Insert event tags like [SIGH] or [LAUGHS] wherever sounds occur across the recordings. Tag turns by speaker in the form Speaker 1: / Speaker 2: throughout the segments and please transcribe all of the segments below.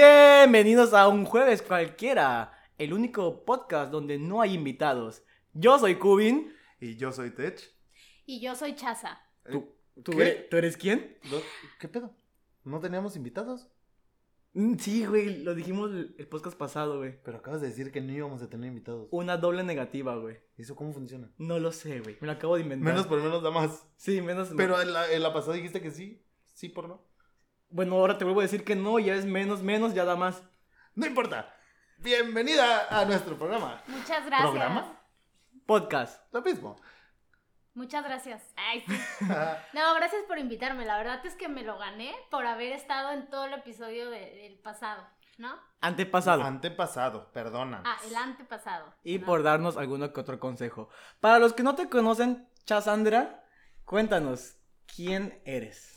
Speaker 1: Bienvenidos a un jueves cualquiera, el único podcast donde no hay invitados. Yo soy Kubin.
Speaker 2: Y yo soy Tech.
Speaker 3: Y yo soy Chaza.
Speaker 1: ¿Tú, tú
Speaker 2: ¿Qué?
Speaker 1: eres, ¿tú eres quién?
Speaker 2: ¿No- ¿Qué pedo? ¿No teníamos invitados?
Speaker 1: Mm, Sí, güey, lo dijimos el el podcast pasado, güey.
Speaker 2: Pero acabas de decir que no íbamos a tener invitados.
Speaker 1: Una doble negativa, güey.
Speaker 2: ¿Y ¿Eso cómo funciona?
Speaker 1: No lo sé, güey. Me lo acabo de inventar.
Speaker 2: Menos por menos da más.
Speaker 1: Sí, menos.
Speaker 2: Pero en la, en la pasada dijiste que sí. Sí por no.
Speaker 1: Bueno, ahora te vuelvo a decir que no, ya es menos, menos, ya da más.
Speaker 2: No importa. Bienvenida a nuestro programa.
Speaker 3: Muchas gracias.
Speaker 2: ¿Programa?
Speaker 1: Podcast.
Speaker 2: Lo mismo.
Speaker 3: Muchas gracias. Ay, sí. No, gracias por invitarme. La verdad es que me lo gané por haber estado en todo el episodio de- del pasado, ¿no?
Speaker 1: Antepasado.
Speaker 2: [LAUGHS] Antepasado, perdona.
Speaker 3: Ah, el antepasado.
Speaker 1: y
Speaker 3: ¿no?
Speaker 1: por darnos alguno que otro consejo. Para los que no te conocen, Chasandra, cuéntanos, ¿quién eres?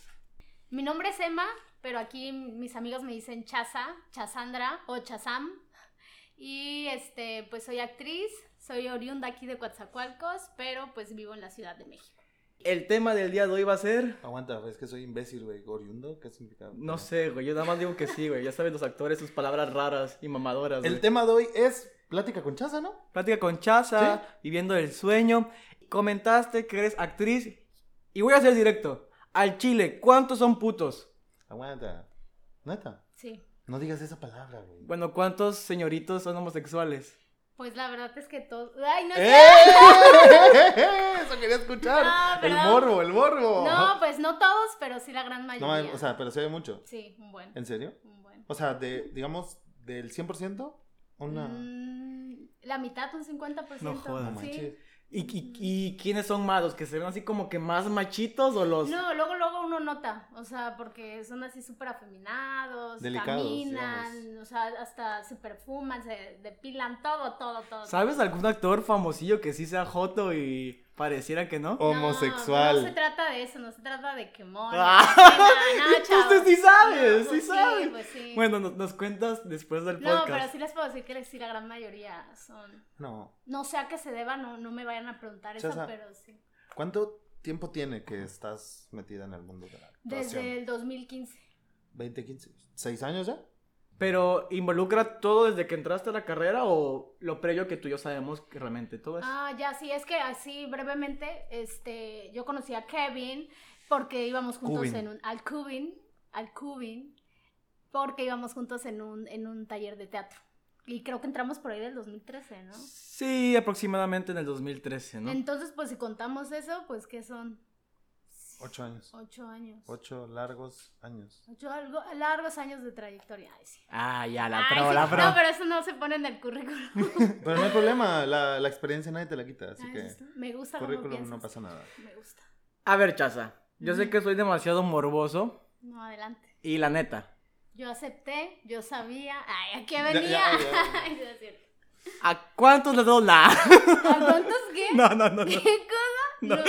Speaker 3: Mi nombre es Emma, pero aquí mis amigos me dicen Chaza, Chazandra o Chazam. Y este, pues soy actriz, soy oriunda aquí de Coatzacoalcos, pero pues vivo en la Ciudad de México.
Speaker 1: El tema del día de hoy va a ser...
Speaker 2: Aguanta, es que soy imbécil, güey. ¿Oriundo? ¿Qué significa?
Speaker 1: No sé, güey, yo nada más digo que sí, güey. Ya sabes los actores, sus palabras raras y mamadoras.
Speaker 2: El
Speaker 1: El
Speaker 2: tema de hoy es plática con chaza, ¿no?
Speaker 1: Plática con Chaza, viviendo el sueño. Comentaste que eres actriz. Y voy a ser directo. Al Chile, ¿cuántos son putos?
Speaker 2: Aguanta. Neta.
Speaker 3: Sí.
Speaker 2: No digas esa palabra, güey.
Speaker 1: Bueno, ¿cuántos señoritos son homosexuales?
Speaker 3: Pues la verdad es que todo. ¡Ay, no es [LAUGHS]
Speaker 2: ¡Eh! Eso quería escuchar.
Speaker 3: No,
Speaker 2: el
Speaker 3: perdón.
Speaker 2: morbo, el morbo.
Speaker 3: No, pues no todos, pero sí la gran mayoría.
Speaker 2: No, o sea, pero se ve mucho.
Speaker 3: sí, un buen.
Speaker 2: ¿En serio?
Speaker 3: Un buen.
Speaker 2: O sea, de, digamos, del 100%, una...
Speaker 3: Mm, la mitad, un 50%.
Speaker 1: No jodas.
Speaker 2: No
Speaker 3: sí.
Speaker 2: manches.
Speaker 1: ¿Y, y, y quiénes son más? ¿Los que se ven así como que más machitos o los...?
Speaker 3: No, luego, luego uno nota, o sea, porque son así súper afeminados,
Speaker 2: Delicados,
Speaker 3: caminan,
Speaker 2: digamos.
Speaker 3: o sea, hasta se perfuman, se depilan, todo, todo, todo.
Speaker 1: ¿Sabes algún actor famosillo que sí sea joto y pareciera que no?
Speaker 3: No,
Speaker 2: Homosexual.
Speaker 3: No, se trata de eso, no se trata de que mola.
Speaker 1: Ah. [LAUGHS]
Speaker 3: no,
Speaker 1: Entonces sí sabes, sí
Speaker 3: pues
Speaker 1: sabes.
Speaker 3: pues sí.
Speaker 1: Bueno, nos, nos cuentas después del
Speaker 3: no, pero
Speaker 1: podcast.
Speaker 3: sí les puedo decir que sí, la gran mayoría son.
Speaker 2: No.
Speaker 3: No sé a qué se deba, no, no me vayan a preguntar eso,
Speaker 2: Chaza.
Speaker 3: pero sí.
Speaker 2: ¿Cuánto tiempo tiene que estás metida en el mundo de la actuación?
Speaker 3: Desde el 2015.
Speaker 2: 20, 15, 6 años ya.
Speaker 1: Pero, ¿involucra todo desde que entraste a la carrera o lo previo que tú y yo sabemos que realmente todo es?
Speaker 3: Ah, ya, sí, es que así brevemente, este, yo conocí a Kevin porque íbamos juntos
Speaker 2: Cubin.
Speaker 3: en un, al Cubin, al Cubin, porque íbamos juntos en un, en un taller de teatro. Y creo que entramos por ahí del 2013, ¿no?
Speaker 1: Sí, aproximadamente en el 2013, ¿no?
Speaker 3: Entonces, pues si contamos eso, pues que son
Speaker 2: 8 años.
Speaker 3: ocho años.
Speaker 2: 8 largos años.
Speaker 3: Ocho algo- largos años de trayectoria. Ay, sí.
Speaker 1: Ah, ya, la
Speaker 3: Ay,
Speaker 1: pro,
Speaker 3: sí,
Speaker 1: la pro.
Speaker 3: No, pero eso no se pone en el currículum.
Speaker 2: Pero no hay problema, la, la experiencia nadie te la quita, así
Speaker 3: Ay,
Speaker 2: que
Speaker 3: eso- Me gusta cómo
Speaker 2: currículum no
Speaker 3: piensas.
Speaker 2: pasa nada.
Speaker 3: Me gusta.
Speaker 1: A ver, Chaza, yo sé
Speaker 3: Ujú.
Speaker 1: que soy demasiado morboso
Speaker 3: No, adelante.
Speaker 1: y la neta,
Speaker 3: Yo acepté, yo sabía. Ay, ¿a qué
Speaker 2: Ya,
Speaker 3: venía?
Speaker 2: ya, ya, ya.
Speaker 3: [LAUGHS] Ay, no es cierto.
Speaker 1: ¿a cuántos le doy la...? [LAUGHS]
Speaker 3: ¿A cuántos qué?
Speaker 1: no, no, no,
Speaker 3: ¿Qué
Speaker 1: no.
Speaker 3: cosa?
Speaker 1: No.
Speaker 3: No.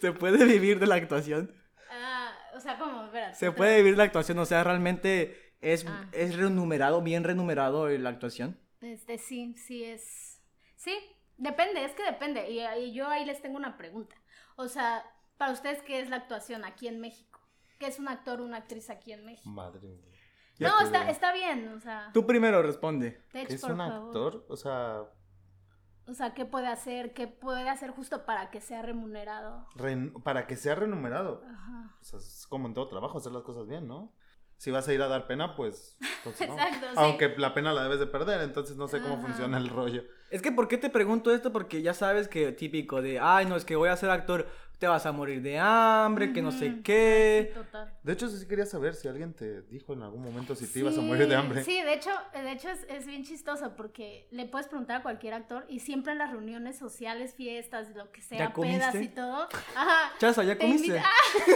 Speaker 1: ¿Se puede vivir de la actuación?
Speaker 3: Ah, o sea, ¿cómo? Espérate.
Speaker 1: ¿Se puede vivir de la actuación? O sea, ¿realmente es,
Speaker 3: Ah.
Speaker 1: es renumerado, bien renumerado la actuación?
Speaker 3: Este, sí, sí es. Sí, depende, es que depende. Y, y yo ahí les tengo una pregunta. O sea, para ustedes, ¿qué es la actuación aquí en México? ¿Qué es un actor, una actriz aquí en México?
Speaker 1: Mm,
Speaker 2: Madre mía. Ya
Speaker 3: No,
Speaker 2: te
Speaker 3: está,
Speaker 2: veo.
Speaker 3: está bien, o sea.
Speaker 1: Tú primero responde.
Speaker 3: Tech,
Speaker 2: ¿Qué ¿Es
Speaker 3: por
Speaker 2: un
Speaker 3: favor.
Speaker 2: actor? O sea,
Speaker 3: O sea, ¿qué puede hacer? ¿Qué puede hacer justo para que sea remunerado?
Speaker 2: ren- para que sea renumerado.
Speaker 3: Ajá.
Speaker 2: O sea, es como en todo trabajo, hacer las cosas bien, ¿no? Si vas a ir a dar pena, pues... entonces no.
Speaker 3: [LAUGHS] Exacto, sí.
Speaker 2: Aunque la pena la debes de perder, entonces no sé cómo
Speaker 3: Ajá.
Speaker 2: funciona el rollo.
Speaker 1: Es que, ¿por qué te pregunto esto? Porque ya sabes que típico de, ay, no, es que voy a ser actor, te vas a morir de hambre, que no sé
Speaker 3: Ujú.
Speaker 2: Eh,
Speaker 1: qué.
Speaker 3: Total.
Speaker 2: De hecho, sí quería saber si alguien te dijo en algún momento si te ibas a
Speaker 3: Sí,
Speaker 2: morir de hambre.
Speaker 3: Sí, de hecho, de hecho es, es bien chistoso porque le puedes preguntar a cualquier actor y siempre en las reuniones sociales, fiestas, lo que sea,
Speaker 1: ¿Ya comiste?
Speaker 3: pedas y todo. Ajá.
Speaker 1: Chaza, ¿ya
Speaker 3: te
Speaker 1: comiste?
Speaker 3: invita- [LAUGHS]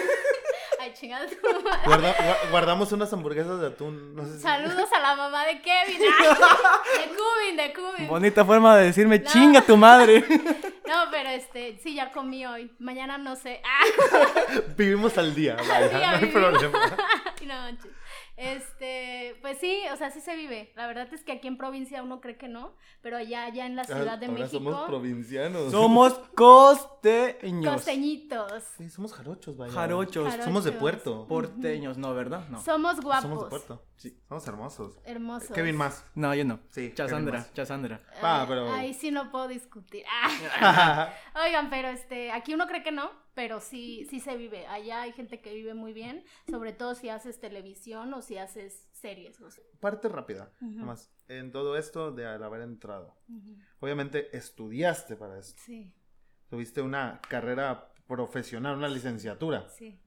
Speaker 3: Ay, chingada tu madre.
Speaker 2: Guarda- gua- guardamos unas hamburguesas de atún. No sé si...
Speaker 3: Saludos a la mamá de Kevin.
Speaker 1: [LAUGHS]
Speaker 3: Ay, de Cubin, de Cubin.
Speaker 1: Bonita forma de decirme,
Speaker 3: No.
Speaker 1: chinga tu
Speaker 3: [LAUGHS]
Speaker 1: madre.
Speaker 3: No, pero este, sí, ya comí hoy. Mañana no sé. [LAUGHS] Ah,
Speaker 2: [LAUGHS] Vivimos al día, vaya,
Speaker 3: día
Speaker 2: no hay
Speaker 3: vivimos.
Speaker 2: problema.
Speaker 3: Y no manches. Este, pues sí, o sea, sí se vive. La verdad es que aquí en provincia uno cree que no, pero allá, allá en la Ciudad de
Speaker 2: Ahora
Speaker 3: México.
Speaker 2: somos provincianos.
Speaker 1: Somos costeños.
Speaker 3: Costeñitos.
Speaker 2: [LAUGHS] Sí, somos jarochos, vaya.
Speaker 1: Jarochos.
Speaker 3: Jarochos.
Speaker 2: Somos de puerto.
Speaker 1: Porteños, no, ¿verdad? No.
Speaker 3: Somos guapos.
Speaker 2: Somos de puerto. Sí, somos hermosos.
Speaker 3: Hermosos.
Speaker 2: Kevin más.
Speaker 3: [LAUGHS]
Speaker 1: No, yo no.
Speaker 2: Sí, Kevin
Speaker 1: Chasandra,
Speaker 2: más.
Speaker 1: Chasandra.
Speaker 3: Ay,
Speaker 2: Ah, pero-
Speaker 3: Ahí sí no puedo discutir. Ah. [LAUGHS] Oigan, pero este, aquí uno cree que no, pero sí, sí se vive. Allá hay gente que vive muy bien, sobre todo si haces televisión o si haces series. o sea.
Speaker 2: Parte rápida,
Speaker 3: Ujú.
Speaker 2: nomás. En todo esto de al haber entrado. Obviamente estudiaste para esto.
Speaker 3: Sí,
Speaker 2: Tuviste una carrera profesional, una licenciatura.
Speaker 3: sí.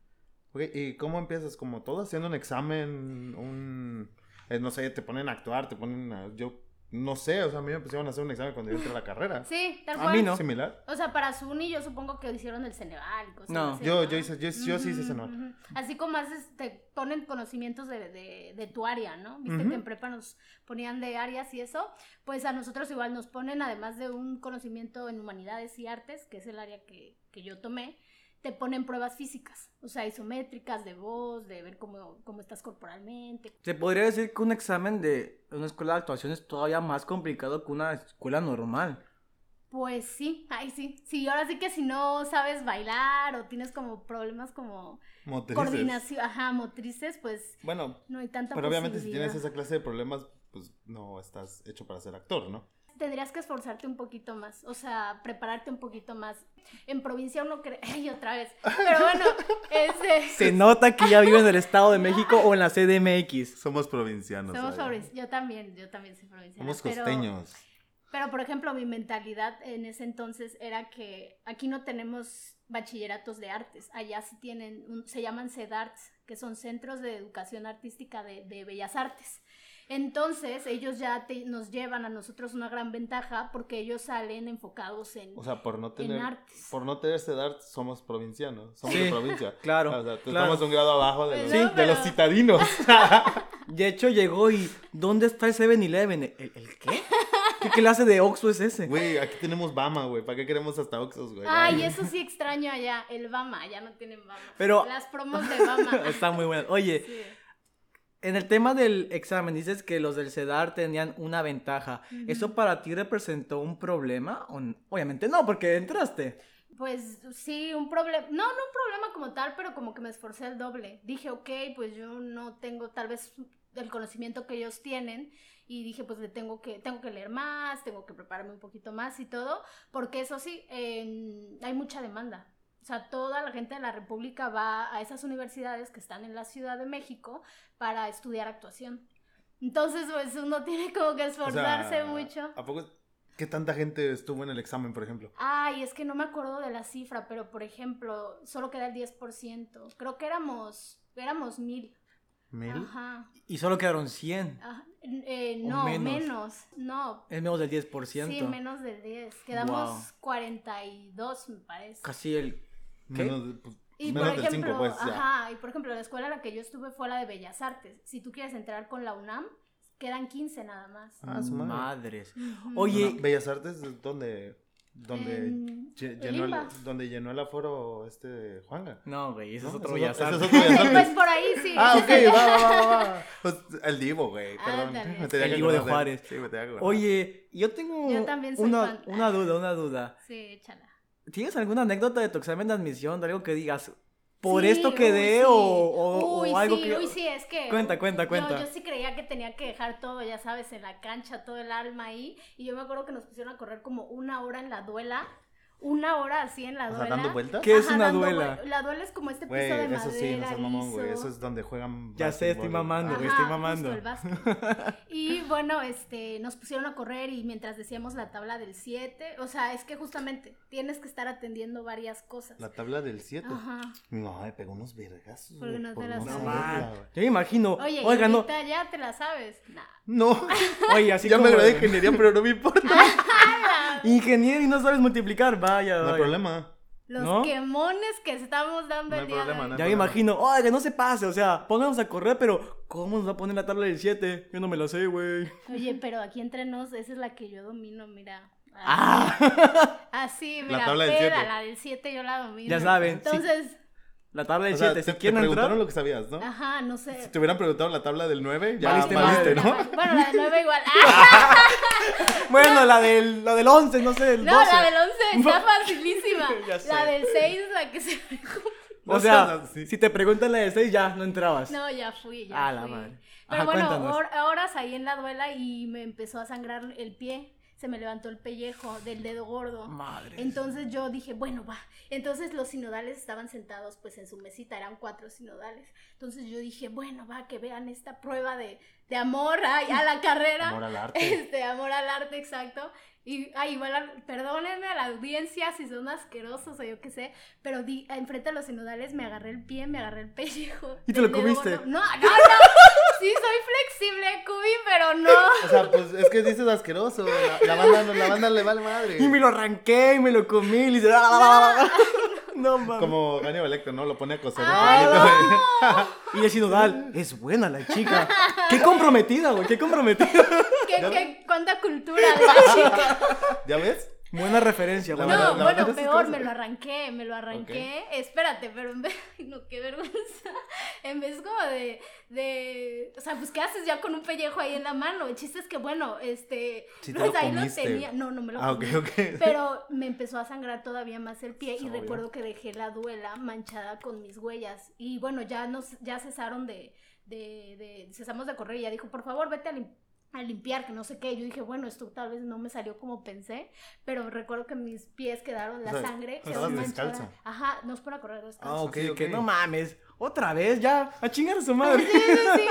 Speaker 2: Ok, ¿Y cómo empiezas? ¿Como todo? ¿Haciendo un examen? Un... eh, no sé, te ponen a actuar, te ponen a... Yo no sé, o sea, a mí me pusieron a hacer un examen cuando yo entré a la carrera.
Speaker 3: Sí, tal
Speaker 1: A
Speaker 3: cual.
Speaker 1: mí no.
Speaker 2: ¿Similar?
Speaker 3: O sea, para Suni yo supongo que hicieron el Ceneval y cosas
Speaker 1: No.
Speaker 3: así,
Speaker 2: Yo, yo, hice, yo, yo sí hice
Speaker 3: Ujú,
Speaker 2: ese no.
Speaker 3: ujú. Así como haces, te ponen conocimientos de, de- de tu área, ¿no? Viste
Speaker 2: Ujú.
Speaker 3: que en prepa nos ponían de áreas y eso, pues a nosotros igual nos ponen, además de un conocimiento en humanidades y artes, que es el área que, que yo tomé, te ponen pruebas físicas, o sea, isométricas, de voz, de ver cómo, cómo estás corporalmente.
Speaker 1: Se podría decir que un examen de una escuela de actuación es todavía más complicado que una escuela normal.
Speaker 3: Pues sí, ay sí, sí, ahora sí que si no sabes bailar o tienes como problemas como
Speaker 2: Motrices.
Speaker 3: coordinación, ajá, motrices, pues
Speaker 2: Bueno,
Speaker 3: no hay tanta
Speaker 2: pero obviamente si
Speaker 3: posibilidad.
Speaker 2: tienes esa clase de problemas, pues no estás hecho para ser actor, ¿no?
Speaker 3: Tendrías que esforzarte un poquito más, o sea, prepararte un poquito más. En provincia uno cree, ay, otra vez, pero
Speaker 2: [LAUGHS]
Speaker 3: bueno, este,
Speaker 1: Se nota que ya vive en el Estado de México o en la CDMX.
Speaker 2: Somos provincianos.
Speaker 3: somos
Speaker 2: vaya.
Speaker 3: provincianos, yo también, yo también soy provinciana.
Speaker 2: Somos
Speaker 3: pero-
Speaker 2: costeños.
Speaker 3: Pero, por ejemplo, mi mentalidad en ese entonces era que aquí no tenemos bachilleratos de artes. Allá sí tienen, un- se llaman CEDARTS, que son Centros de Educación Artística de, de Bellas Artes. Entonces, ellos ya te- nos llevan a nosotros una gran ventaja porque ellos salen enfocados en...
Speaker 2: O sea, por no tener...
Speaker 3: artes.
Speaker 2: Por no tener ese dar, somos provincianos. Somos
Speaker 1: Sí,
Speaker 2: de provincia.
Speaker 1: claro,
Speaker 2: O sea, tú
Speaker 1: claro.
Speaker 2: estamos un grado abajo de
Speaker 3: Pues
Speaker 2: los,
Speaker 3: no,
Speaker 2: de
Speaker 3: pero-
Speaker 2: los citadinos.
Speaker 1: [LAUGHS] De hecho, llegó y ¿dónde está el 7-Eleven? ¿El, el qué? ¿Qué clase de Oxxo es ese?
Speaker 2: Güey, aquí tenemos Bama, güey. ¿Para qué queremos hasta Oxos, güey?
Speaker 3: Ay,
Speaker 2: Vaya.
Speaker 3: eso sí extraño allá, el Bama, allá no tienen Bama.
Speaker 1: Pero-
Speaker 3: Las promos de Bama.
Speaker 1: [LAUGHS] [LAUGHS] Está muy bueno. Oye,
Speaker 3: Sí.
Speaker 1: en el tema del examen dices que los del CEDAR tenían una ventaja. ¿Eso para ti representó un problema? o n- Obviamente no, porque entraste.
Speaker 3: Pues sí, un problema, no, no un problema como tal, pero como que me esforcé el doble. Dije, ok, pues yo no tengo tal vez el conocimiento que ellos tienen y dije, pues le tengo que, tengo que leer más, tengo que prepararme un poquito más y todo, porque eso sí, en- hay mucha demanda. O sea, toda la gente de la República va a esas universidades que están en la Ciudad de México para estudiar actuación. Entonces, pues uno tiene como que
Speaker 2: O sea,
Speaker 3: esforzarse mucho.
Speaker 2: ¿A poco? ¿Qué tanta gente estuvo en el examen, por ejemplo?
Speaker 3: Ay, es que no me acuerdo de la cifra, pero por ejemplo, solo queda el 10%. Creo que éramos, éramos mil.
Speaker 2: ¿Mil?
Speaker 3: Ajá.
Speaker 1: Y solo quedaron 100.
Speaker 3: ajá. Eh,
Speaker 1: O
Speaker 3: no,
Speaker 1: menos.
Speaker 3: menos. No.
Speaker 1: Es menos del 10%.
Speaker 3: Sí, menos de 10. Quedamos
Speaker 1: Wow.
Speaker 3: 42, me parece.
Speaker 1: Casi el... ¿Qué?
Speaker 2: Menos, de- pues,
Speaker 3: Y
Speaker 2: menos
Speaker 3: por
Speaker 2: del
Speaker 3: ejemplo,
Speaker 2: 5, pues ya.
Speaker 3: ajá, y por ejemplo, la escuela a la que yo estuve fue la de Bellas Artes. Si tú quieres entrar con la UNAM, quedan 15 nada más.
Speaker 2: Ah, su madre.
Speaker 1: Madres.
Speaker 3: Ujú.
Speaker 1: Oye,
Speaker 2: Bueno, Bellas Artes, ¿dónde? ¿Dónde?
Speaker 3: En
Speaker 2: lle- llenó
Speaker 3: Olimpa.
Speaker 2: el, donde llenó el aforo este de Juanga.
Speaker 1: No, güey, ese
Speaker 2: ¿no?
Speaker 1: es otro
Speaker 2: Eso
Speaker 1: Bellas
Speaker 2: eso es
Speaker 1: Artes.
Speaker 2: otro Bellas Artes.
Speaker 3: [LAUGHS] Pues por ahí sí.
Speaker 2: Ah, ok, va, va, va, va, va. Pues, el Divo, güey, perdón.
Speaker 3: Ándale.
Speaker 2: me tenía
Speaker 1: El
Speaker 2: que
Speaker 1: Divo de
Speaker 2: acordar
Speaker 1: Juárez.
Speaker 2: Sí, me tenía que acordar.
Speaker 1: Oye, yo tengo
Speaker 3: Yo también soy
Speaker 1: una,
Speaker 3: fan.
Speaker 1: una duda, una duda.
Speaker 3: [LAUGHS] Sí, échala.
Speaker 1: ¿Tienes alguna anécdota de tu examen de admisión? De algo que digas, por
Speaker 3: Sí,
Speaker 1: esto quedé
Speaker 3: uy, sí.
Speaker 1: o, o-
Speaker 3: Uy,
Speaker 1: o algo
Speaker 3: sí,
Speaker 1: que...
Speaker 3: uy, sí, es que...
Speaker 1: Cuenta, cuenta,
Speaker 3: yo-
Speaker 1: cuenta.
Speaker 3: Yo, sí creía que tenía que dejar todo, ya sabes, en la cancha, todo el alma ahí. Y yo me acuerdo que nos pusieron a correr como una hora en la duela. Una hora así en la
Speaker 2: O
Speaker 3: duela.
Speaker 2: sea, dando vueltas.
Speaker 1: ¿Qué es
Speaker 3: Ajá,
Speaker 1: una
Speaker 3: dando
Speaker 1: duela?
Speaker 3: vuel- La duela es como este piso
Speaker 2: Güey,
Speaker 3: de madera
Speaker 2: eso sí, no seas mamón, güey.
Speaker 3: liso.
Speaker 2: Eso es donde juegan.
Speaker 1: Ya sé, estoy
Speaker 2: básquetbol,
Speaker 1: mamando, güey,
Speaker 2: güey.
Speaker 1: estoy
Speaker 3: Ajá,
Speaker 1: mamando.
Speaker 3: justo, el básquet.
Speaker 2: [LAUGHS]
Speaker 3: y bueno, este, nos pusieron a correr y mientras decíamos la tabla del 7, o sea, es que justamente tienes que estar atendiendo varias cosas.
Speaker 2: La tabla del 7.
Speaker 3: Ajá.
Speaker 2: Mi mamá me pegó unos vergazos.
Speaker 3: Porque
Speaker 2: güey,
Speaker 3: no te
Speaker 2: por
Speaker 3: la
Speaker 2: no
Speaker 1: No,
Speaker 3: sabes.
Speaker 2: saberla,
Speaker 1: man,
Speaker 2: güey.
Speaker 1: Yo me imagino,
Speaker 3: Oye, y
Speaker 1: oiga, no,
Speaker 3: ahorita ya te
Speaker 1: [LAUGHS]
Speaker 3: la sabes. Nah.
Speaker 2: [LAUGHS] No,
Speaker 1: oye, así
Speaker 2: ya
Speaker 1: como... Ah,
Speaker 2: me gradué de ingeniería, pero no me importa.
Speaker 1: Ingeniero y no sabes multiplicar, vaya,
Speaker 2: No hay
Speaker 1: vaya.
Speaker 2: problema.
Speaker 3: Los
Speaker 1: ¿No?
Speaker 3: quemones que estamos
Speaker 2: No
Speaker 3: dando el
Speaker 2: hay
Speaker 3: día de
Speaker 2: problema,
Speaker 3: hoy.
Speaker 2: no hay
Speaker 1: Ya me imagino, oiga, no se pase, o sea, pónganos a correr, pero ¿cómo nos va a poner la tabla del 7? Yo no me la sé, güey.
Speaker 3: Oye, pero aquí entre nos, esa es la que yo domino, mira.
Speaker 1: Ah,
Speaker 3: Así,
Speaker 2: La
Speaker 3: mira,
Speaker 2: tabla del
Speaker 3: peda,
Speaker 2: siete.
Speaker 3: la del 7 yo la domino.
Speaker 1: Ya saben, sí.
Speaker 3: Entonces,
Speaker 1: La tabla del
Speaker 2: O sea,
Speaker 1: 7,
Speaker 2: te,
Speaker 1: Eh, si
Speaker 2: te
Speaker 1: quieren
Speaker 2: preguntaron
Speaker 1: entrar.
Speaker 2: lo que sabías, ¿no?
Speaker 3: Ajá, no sé.
Speaker 2: Si te hubieran preguntado la tabla del 9, ya
Speaker 1: Valiste madre.
Speaker 2: valiste, ¿no?
Speaker 3: Ya, Bueno, la de 9 igual. ¡Ah!
Speaker 1: Bueno, la del, la del 11, no sé, el
Speaker 3: No,
Speaker 1: 12.
Speaker 3: la del 11 está facilísima.
Speaker 1: Ah, [LAUGHS] Ya sé.
Speaker 3: La del 6 es la que se [LAUGHS] me
Speaker 1: [LAUGHS] O
Speaker 2: No
Speaker 1: sea,
Speaker 2: seas así.
Speaker 1: si te preguntan la del 6, ya no entrabas.
Speaker 3: No, ya fui, ya
Speaker 1: Ah, la
Speaker 3: fui.
Speaker 1: madre.
Speaker 3: Pero
Speaker 1: Ajá,
Speaker 3: bueno,
Speaker 1: cuéntanos.
Speaker 3: hor- horas ahí en la duela y me empezó a sangrar el pie. Se me levantó el pellejo del dedo gordo.
Speaker 1: Madre.
Speaker 3: Entonces yo dije, bueno, va. Entonces los sinodales estaban sentados pues en su mesita, eran cuatro sinodales. Entonces yo dije, bueno, va, que vean esta prueba de, de amor ay, a, la carrera.
Speaker 2: Amor
Speaker 1: [LAUGHS]
Speaker 2: al arte.
Speaker 3: Este, amor al arte, exacto. Y, ay, igual, al- perdónenme a la audiencia si son asquerosos o yo qué sé, pero di, enfrente a los sinodales me agarré el pie, me agarré el [LAUGHS] pellejo.
Speaker 1: ¿Y te lo
Speaker 3: del dedo
Speaker 1: comiste?
Speaker 3: gordo. No, no, no. Sí, soy flexible, Cubi,
Speaker 1: [LAUGHS]
Speaker 3: pero no.
Speaker 2: O sea, pues es que dices asqueroso. La, la banda, no- la banda le vale madre.
Speaker 1: Y me lo arranqué y me lo comí y dice,
Speaker 3: [LAUGHS]
Speaker 1: "Ah, no, mames.
Speaker 2: Como Gania Electro, ¿no? Lo pone a coser.
Speaker 3: Ah.
Speaker 1: Ay,
Speaker 2: un poquito.
Speaker 1: Y el sinodal, es buena la chica. Qué comprometida, güey, qué comprometida.
Speaker 3: ¿Qué, qué, ¿Cuánta
Speaker 1: [LAUGHS]
Speaker 3: cultura de la chica?
Speaker 2: ¿Ya ves?
Speaker 1: Buena referencia,
Speaker 2: La
Speaker 1: buena
Speaker 3: No,
Speaker 2: verdad,
Speaker 1: referencia.
Speaker 2: la
Speaker 3: bueno,
Speaker 2: verdad, esas
Speaker 3: peor,
Speaker 2: cosas.
Speaker 3: me lo arranqué, me lo arranqué. Espérate, pero en vez, [LAUGHS] ay, no, qué vergüenza. [LAUGHS] En vez como de, de, o sea, pues, ¿qué haces ya con un pellejo ahí en la mano? El chiste es que, bueno, este,
Speaker 2: Sí te
Speaker 3: pues,
Speaker 2: lo
Speaker 3: ahí lo
Speaker 2: comiste.
Speaker 3: tenía. No, no me lo
Speaker 2: Ah, ok,
Speaker 3: comí.
Speaker 2: ok.
Speaker 3: Pero me empezó a sangrar todavía más el pie
Speaker 2: Es
Speaker 3: y
Speaker 2: obvio.
Speaker 3: recuerdo que dejé la duela manchada con mis huellas. Y bueno, ya nos, ya cesaron de, de, de- cesamos de correr y ya dijo, por favor, vete a, lim- a limpiar, que no sé qué. Yo dije, bueno, esto tal vez no me salió como pensé, pero recuerdo que mis pies quedaron, la
Speaker 2: O sea,
Speaker 3: sangre quedó
Speaker 2: estabas
Speaker 3: manchada.
Speaker 2: descalzo.
Speaker 3: Ajá, no es para correr descalzo.
Speaker 1: Ah, ok,
Speaker 2: Así
Speaker 1: ok.
Speaker 2: que-
Speaker 1: No mames, otra vez ya, a chingar a su
Speaker 3: Sí, [LAUGHS]
Speaker 1: madre.
Speaker 3: sí,
Speaker 2: [LAUGHS]
Speaker 3: sí.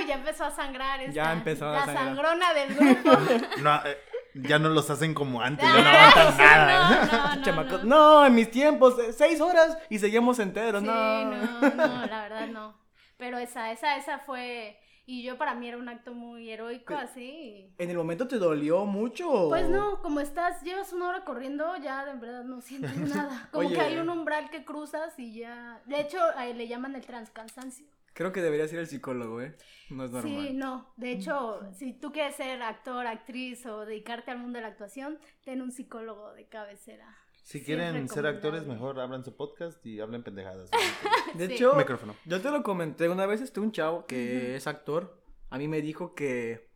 Speaker 3: Uy, ya empezó a sangrar esta,
Speaker 1: Ya empezó a
Speaker 3: la
Speaker 1: sangrar.
Speaker 3: sangrona del grupo.
Speaker 2: [LAUGHS] No, eh, ya no los hacen como antes. Ya Pues no
Speaker 3: [LAUGHS] Ah,
Speaker 2: aguantan
Speaker 3: sí,
Speaker 2: nada. ¿eh?
Speaker 3: no, no, no,
Speaker 1: Chamacos,
Speaker 3: no.
Speaker 1: no, en mis tiempos, eh, seis horas y seguimos enteros,
Speaker 3: Sí,
Speaker 1: no.
Speaker 3: no, no, la verdad no. Pero esa, esa, esa fue. Y yo para mí era un acto muy heroico,
Speaker 1: Pero-
Speaker 3: así.
Speaker 1: ¿En el momento te dolió mucho? o-
Speaker 3: Pues no, como estás, llevas una hora corriendo, ya de verdad no sientes
Speaker 1: [LAUGHS]
Speaker 3: nada. Como
Speaker 1: Oye.
Speaker 3: que hay un umbral que cruzas y ya. De hecho, a él le llaman el transcansancio.
Speaker 1: Creo que deberías ir al psicólogo, ¿eh? No es normal.
Speaker 3: Sí, no. De hecho, si tú quieres ser actor, actriz o dedicarte al mundo de la actuación, ten un psicólogo de cabecera.
Speaker 2: Si
Speaker 3: Sí,
Speaker 2: quieren
Speaker 3: es
Speaker 2: ser actores,
Speaker 3: recomendable.
Speaker 2: mejor abran su podcast y hablen
Speaker 3: [LAUGHS]
Speaker 2: pendejadas. [LAUGHS]
Speaker 1: De
Speaker 3: Sí.
Speaker 1: hecho,
Speaker 2: Micrófono.
Speaker 1: yo te lo comenté una vez, este un chavo que es actor, a mí me dijo que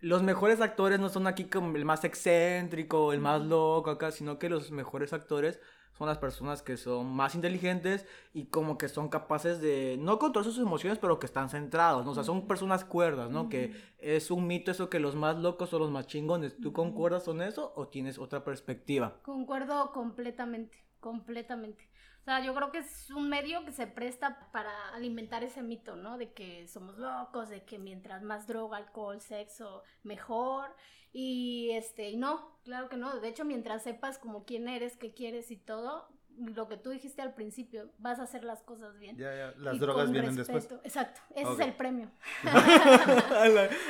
Speaker 1: los mejores actores no son aquí como el más excéntrico, el más loco acá, sino que los mejores actores son las personas que son más inteligentes y como que son capaces de no controlar sus emociones, pero que están centrados, ¿no? O sea, son personas cuerdas, ¿no? Que es un mito eso que los más locos son los más chingones. ¿Tú concuerdas con eso o tienes otra perspectiva? [LAUGHS]
Speaker 3: [LAUGHS] Concuerdo completamente, completamente. O sea, yo creo que es un medio que se presta para alimentar ese mito, ¿no? De que somos locos, de que mientras más droga, alcohol, sexo, mejor. Y este, y no, claro que no. De hecho, mientras sepas como quién eres, qué quieres y todo, lo que tú dijiste al principio, vas a hacer las cosas bien.
Speaker 2: Ya, ya. Las
Speaker 3: Y
Speaker 2: drogas
Speaker 3: con
Speaker 2: vienen después.
Speaker 3: respeto. Exacto, ese
Speaker 2: Ok.
Speaker 3: es el premio.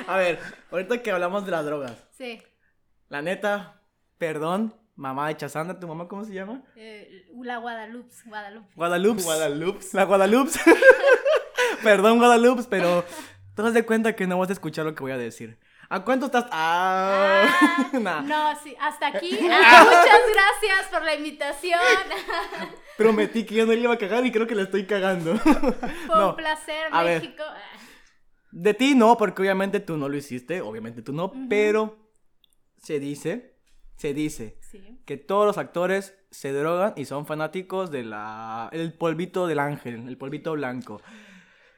Speaker 1: a ver, ahorita que hablamos de las drogas.
Speaker 3: Sí.
Speaker 1: La neta, perdón, mamá de Chazanda, ¿tu mamá cómo se llama?
Speaker 3: Eh, la Guadalupe, Guadalupe.
Speaker 1: Guadalupe.
Speaker 2: Guadalupe.
Speaker 1: La Guadalupe. [LAUGHS] perdón, Guadalupe, pero tú haz de cuenta que no vas a escuchar lo que voy a decir. ¿A cuánto estás? Ah, [LAUGHS] nah.
Speaker 3: No, sí, hasta
Speaker 1: [LAUGHS]
Speaker 3: aquí. Ah, muchas gracias por la invitación. [LAUGHS]
Speaker 1: Prometí que yo no le iba a cagar y creo que le estoy cagando. [LAUGHS]
Speaker 3: Fue
Speaker 1: No,
Speaker 3: un placer,
Speaker 1: a ver.
Speaker 3: México. Ah,
Speaker 1: De ti no, porque obviamente tú no lo hiciste, obviamente tú no, pero se dice, se dice
Speaker 3: Sí.
Speaker 1: que todos los actores se drogan y son fanáticos de la el polvito del ángel, el polvito blanco.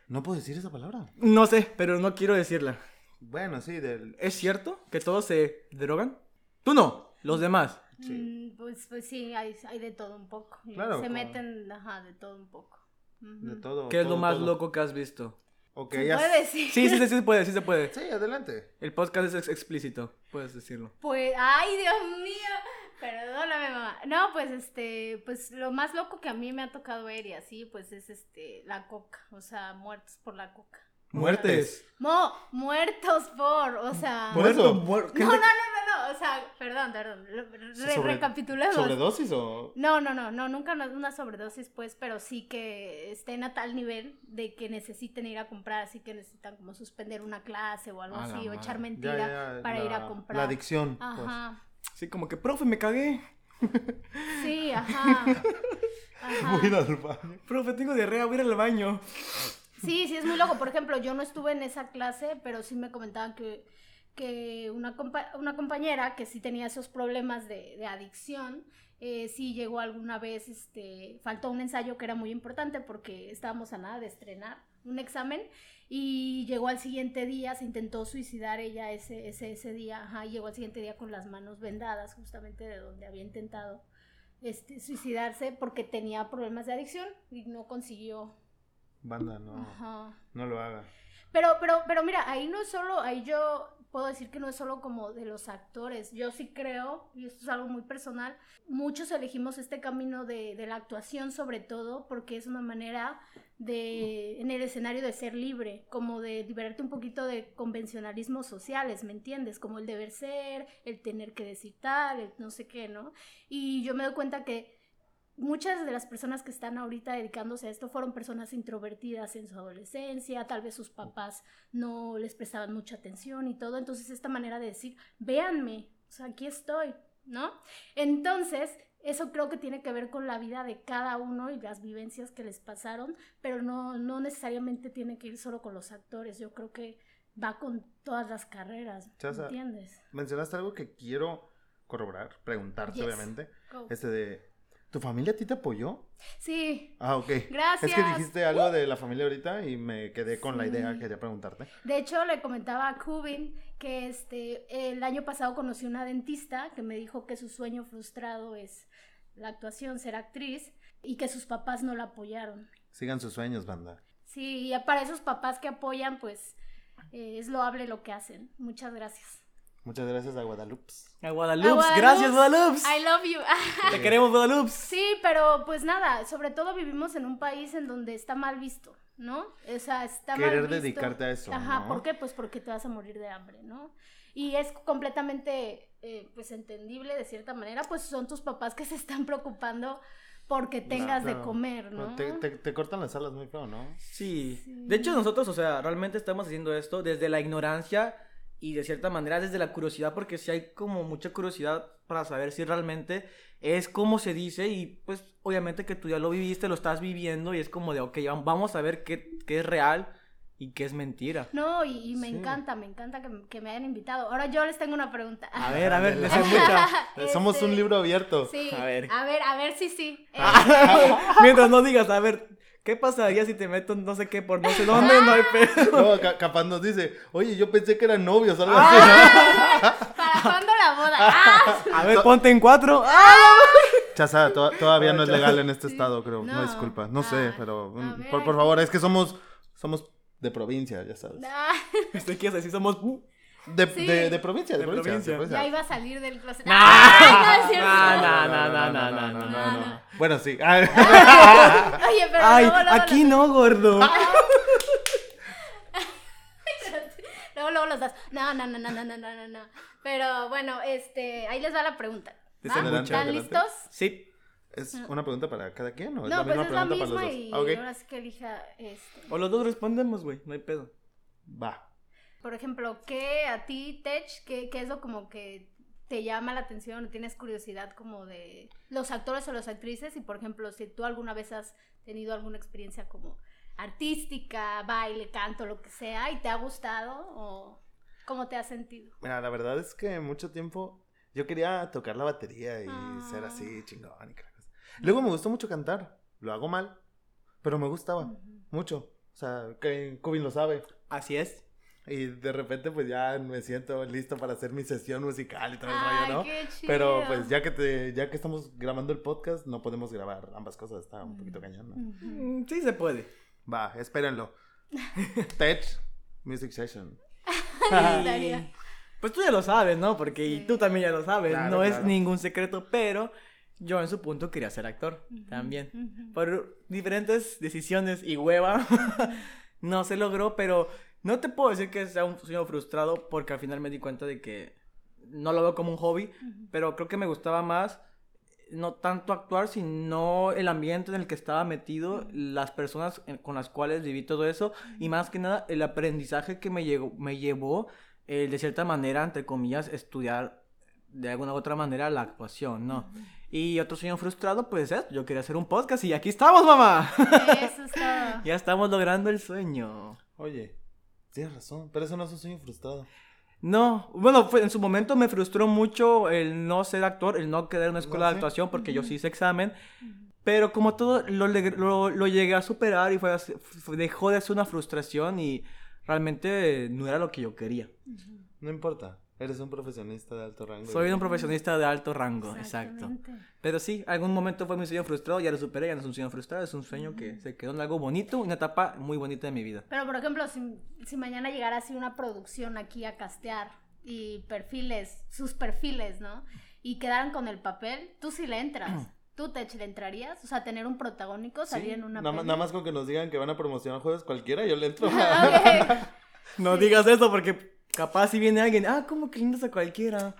Speaker 2: No puedo decir esa palabra.
Speaker 1: No sé, pero no quiero decirla.
Speaker 2: Bueno, sí, del.
Speaker 1: ¿Es cierto que todos se drogan? Tú no, los demás.
Speaker 3: Mm, pues, pues sí, hay, hay de todo un poco.
Speaker 2: Claro,
Speaker 3: Se
Speaker 2: como-
Speaker 3: meten, ajá, de todo un poco. Ujú.
Speaker 2: De todo.
Speaker 1: ¿Qué es lo
Speaker 2: todo,
Speaker 1: más
Speaker 2: todo.
Speaker 1: loco que has visto?
Speaker 2: Ok,
Speaker 3: Mm. ¿Se
Speaker 2: ya.
Speaker 3: puede decir?
Speaker 1: Sí, sí, sí, sí se puede, sí se puede.
Speaker 2: Sí, adelante.
Speaker 1: El podcast es ex- explícito, puedes decirlo.
Speaker 3: [LAUGHS] Pues, ay, Dios mío. Perdóname, mamá. No, pues este, pues lo más loco que a mí me ha tocado ver y así, pues es este, la coca. O sea, muertos por la coca.
Speaker 1: Muertes.
Speaker 3: No, muertos por, o sea.
Speaker 2: Por eso.
Speaker 3: Ah. No, no, no, no, no, o sea, perdón, perdón, re-
Speaker 2: Sobre-
Speaker 3: recapitulemos.
Speaker 2: ¿Sobredosis o.?
Speaker 3: No, no, no, no, nunca no- una sobredosis, pues, pero sí que estén a tal nivel de que necesiten ir a comprar, así que necesitan como suspender una clase o algo
Speaker 1: A la
Speaker 3: así, o
Speaker 1: madre.
Speaker 3: echar
Speaker 2: Ya,
Speaker 3: mentira
Speaker 2: ya, ya,
Speaker 3: para
Speaker 2: la-
Speaker 3: ir a comprar.
Speaker 2: La adicción. [LAUGHS] pues.
Speaker 3: Ajá,
Speaker 2: [LAUGHS]
Speaker 1: Sí, como que, profe, me cagué.
Speaker 3: sí, ajá. Ajá.
Speaker 2: Voy a ir al baño.
Speaker 1: Profe, tengo diarrea, voy a ir al baño.
Speaker 3: Sí, sí, es muy loco. Por ejemplo, yo no estuve en esa clase, pero sí me comentaban que, que una, compa- una compañera que sí tenía esos problemas de, de adicción, eh, sí llegó alguna vez, este, faltó un ensayo que era muy importante porque estábamos a nada de estrenar un examen y llegó al siguiente día, se intentó suicidar ella ese, ese, ese día, ajá, y llegó al siguiente día con las manos vendadas justamente de donde había intentado este, suicidarse porque tenía problemas de adicción y no consiguió.
Speaker 2: Banda, no.
Speaker 3: Ajá.
Speaker 2: No lo haga.
Speaker 3: Pero, pero, pero mira, ahí no es solo, ahí yo puedo decir que no es solo como de los actores. Yo sí creo, y esto es algo muy personal, muchos elegimos este camino de, de la actuación sobre todo porque es una manera de, en el escenario de ser libre, como de liberarte un poquito de convencionalismos sociales, ¿me entiendes? Como el deber ser, el tener que decir tal, el no sé qué, ¿no? Y yo me doy cuenta que muchas de las personas que están ahorita dedicándose a esto fueron personas introvertidas en su adolescencia, tal vez sus papás no les prestaban mucha atención y todo, entonces esta manera de decir, véanme, o sea, aquí estoy, ¿no? Entonces, eso creo que tiene que ver con la vida de cada uno y las vivencias que les pasaron, pero no, no necesariamente tiene que ir solo con los actores, yo creo que va con todas las carreras, ¿me
Speaker 2: Chaza,
Speaker 3: ¿entiendes?
Speaker 2: Mencionaste algo que quiero corroborar, preguntarte,
Speaker 3: Yes.
Speaker 2: obviamente.
Speaker 3: Go.
Speaker 2: Este de. ¿Tu familia a ti te apoyó?
Speaker 3: Sí,
Speaker 2: Ah, ok.
Speaker 3: gracias. Uh.
Speaker 2: Es que dijiste algo de la familia ahorita y me quedé con la
Speaker 3: Sí.
Speaker 2: idea, quería preguntarte.
Speaker 3: De hecho, le comentaba a Kubin que este, el año pasado conocí una dentista que me dijo que su sueño frustrado es la actuación, ser actriz, y que sus papás no la apoyaron.
Speaker 2: Sigan sus sueños, banda.
Speaker 3: Sí, y para esos papás que apoyan, pues eh, es loable lo que hacen. Muchas gracias.
Speaker 2: Muchas gracias a Guadalupe.
Speaker 1: A Guadalupe.
Speaker 3: Guadalupe.
Speaker 1: Gracias, Guadalupe.
Speaker 3: I love you. [LAUGHS]
Speaker 1: Te queremos, Guadalupe.
Speaker 3: sí, pero pues nada, sobre todo vivimos en un país en donde está mal visto, ¿no? O sea, está mal
Speaker 2: Querer
Speaker 3: visto.
Speaker 2: dedicarte a eso,
Speaker 3: Ajá,
Speaker 2: ¿no?
Speaker 3: ¿por qué? Pues porque te vas a morir de hambre, ¿no? Y es completamente, eh, pues, entendible de cierta manera, pues son tus papás que se están preocupando porque tengas de
Speaker 2: claro.
Speaker 3: comer, ¿no?
Speaker 2: Te, te- te cortan las alas muy feo, ¿no?
Speaker 1: Sí.
Speaker 3: Sí.
Speaker 1: De hecho, nosotros, o sea, realmente estamos haciendo esto desde la ignorancia y de cierta manera desde la curiosidad, porque si hay como mucha curiosidad para saber si realmente es como se dice y pues obviamente que tú ya lo viviste, lo estás viviendo y es como de, ok, vam- vamos a ver qué, qué es real y qué es mentira.
Speaker 3: No, y, y me
Speaker 2: Sí.
Speaker 3: encanta, me encanta que, que me hayan invitado. Ahora yo les tengo una pregunta.
Speaker 2: Ah,
Speaker 1: A ver, a ver,
Speaker 2: Ándale.
Speaker 1: les escucha.
Speaker 2: Eh, Somos
Speaker 3: Este,
Speaker 2: un libro abierto.
Speaker 3: [LAUGHS] Sí,
Speaker 1: A
Speaker 3: a
Speaker 1: ver.
Speaker 3: ver, a ver, si sí.
Speaker 2: [LAUGHS]
Speaker 3: Eh,
Speaker 1: [LAUGHS]
Speaker 2: Ah.
Speaker 1: Mientras no digas, a ver, ¿qué pasaría si te meto no sé qué por no sé dónde? No hay
Speaker 3: Ah. [LAUGHS]
Speaker 1: pedo.
Speaker 2: No, ca- capaz nos dice, oye, yo pensé que eran novios, algo
Speaker 3: ¿Para cuándo la
Speaker 2: [LAUGHS]
Speaker 3: boda? ¡Ah!
Speaker 1: A ver, ponte en cuatro. ¡Ah!
Speaker 2: así. Chazada, to- todavía no es legal en este
Speaker 3: Sí.
Speaker 2: estado, creo. No,
Speaker 3: No.
Speaker 2: disculpa, no sé,
Speaker 3: Ah,
Speaker 2: pero
Speaker 3: a
Speaker 2: mm,
Speaker 3: ver,
Speaker 2: por,
Speaker 3: hay
Speaker 2: por
Speaker 3: que-
Speaker 2: favor, es que somos, somos de provincia, ya sabes.
Speaker 3: Ah,
Speaker 1: Este quieres decir, somos...
Speaker 2: De,
Speaker 3: Sí.
Speaker 2: de, de provincia,
Speaker 1: De
Speaker 2: de, provincia,
Speaker 1: provincia.
Speaker 2: de provincia.
Speaker 3: Ya iba a salir del closet.
Speaker 1: No.
Speaker 2: Ah.
Speaker 3: ¡Ay, no es cierto!
Speaker 1: No, no. no,
Speaker 3: no, no.
Speaker 2: Bueno, sí. Ah, [LAUGHS]
Speaker 1: [LAUGHS]
Speaker 3: [LAUGHS] Oye, pero
Speaker 1: Ay,
Speaker 3: luego, luego
Speaker 1: aquí no, Ah. gordo.
Speaker 3: los- luego, luego los das. No, no, no, no, no, no, no, no, no. Pero bueno, este, ahí les va la pregunta. ¿va?
Speaker 1: Desembucha.
Speaker 3: ¿Están
Speaker 2: Adelante.
Speaker 3: listos?
Speaker 1: Sí.
Speaker 2: ¿Es una pregunta para cada quien o es la
Speaker 3: No, pues
Speaker 2: misma
Speaker 3: es la
Speaker 2: pregunta
Speaker 3: misma
Speaker 2: para los
Speaker 3: y
Speaker 2: dos? Ah, ok.
Speaker 3: ahora sí que elija este.
Speaker 1: O los dos respondemos, güey, no hay pedo.
Speaker 2: Va.
Speaker 3: Por ejemplo, ¿qué a ti, Tech, qué, qué es lo como que te llama la atención o tienes curiosidad como de los actores o las actrices? Y por ejemplo, si tú alguna vez has tenido alguna experiencia como artística, baile, canto, lo que sea, y te ha gustado o cómo te has sentido.
Speaker 2: Mira, la verdad es que mucho tiempo yo quería tocar la batería y
Speaker 3: Ah.
Speaker 2: ser así chingón y que la cosa. Luego me gustó mucho cantar. Lo hago mal, pero me gustaba
Speaker 3: Ujú.
Speaker 2: mucho. O sea, que Cubin lo sabe.
Speaker 1: Así es.
Speaker 2: Y de repente pues ya me siento listo para hacer mi sesión musical y todo el
Speaker 3: Ay,
Speaker 2: rollo, ¿no?
Speaker 3: qué chido.
Speaker 2: Pero pues ya que te, ya que estamos grabando el podcast, no podemos grabar ambas cosas, está un poquito
Speaker 3: Mm.
Speaker 2: cañón, ¿no?
Speaker 3: Ujú.
Speaker 1: Mm, Sí se
Speaker 3: [LAUGHS]
Speaker 1: puede.
Speaker 2: Va, espérenlo. Tech Music Session.
Speaker 1: Y- Pues tú ya lo sabes, ¿no? Porque y
Speaker 3: Sí.
Speaker 1: tú también ya lo sabes.
Speaker 2: Claro,
Speaker 1: no es
Speaker 2: claro.
Speaker 1: ningún secreto, pero yo en su punto quería ser actor
Speaker 3: Ujú.
Speaker 1: también.
Speaker 3: Ujú.
Speaker 1: Por diferentes decisiones y hueva, [LAUGHS] no se logró, pero no te puedo decir que sea un sueño frustrado porque al final me di cuenta de que no lo veo como un hobby,
Speaker 3: Ujú.
Speaker 1: pero creo que me gustaba más eh, no tanto actuar, sino el ambiente en el que estaba metido, las personas en- con las cuales viví todo eso y más que nada el aprendizaje que me, llegó, me llevó, eh, de cierta manera, entre comillas, estudiar de alguna u otra manera la actuación, ¿no? Y otro sueño frustrado, pues es, yo quería hacer un podcast y aquí estamos, mamá.
Speaker 3: [LAUGHS]
Speaker 1: [LAUGHS]
Speaker 3: Eso es todo.
Speaker 1: ya estamos logrando el sueño.
Speaker 2: Oye, tienes razón, pero eso no es un sueño frustrado.
Speaker 1: No, bueno, fue- en su momento me frustró mucho el no ser actor, el no quedar en una escuela
Speaker 2: No
Speaker 1: de
Speaker 2: sé.
Speaker 1: actuación porque yo sí hice examen. Pero como todo, lo, leg- lo- lo llegué a superar y fue, así- fue- dejó de ser una frustración y realmente no era lo que yo quería.
Speaker 2: No importa, eres un profesionista de alto rango.
Speaker 1: Soy un profesionista de alto rango, exacto.
Speaker 3: Exactamente.
Speaker 1: Pero sí, algún momento fue mi sueño frustrado, ya lo superé, ya no es un sueño frustrado, es un sueño que se quedó en algo bonito, una etapa muy bonita de mi vida.
Speaker 3: Pero por ejemplo, si, si mañana llegara así una producción aquí a castear y perfiles, sus perfiles, ¿no? Y quedaran con el papel, tú sí
Speaker 2: [CLEARS THROAT]
Speaker 3: le entras. ¿Tú, Tech, le entrarías? O sea, tener un protagónico,
Speaker 2: Sí,
Speaker 3: salir en una
Speaker 2: nada, ma-
Speaker 3: peli.
Speaker 2: nada más con que nos digan que van a promocionar jueves cualquiera, yo le
Speaker 3: [LAUGHS]
Speaker 2: entro. [LAUGHS]
Speaker 3: Ok.
Speaker 1: No digas eso porque capaz si viene alguien, ah, ¿cómo que lindas a cualquiera?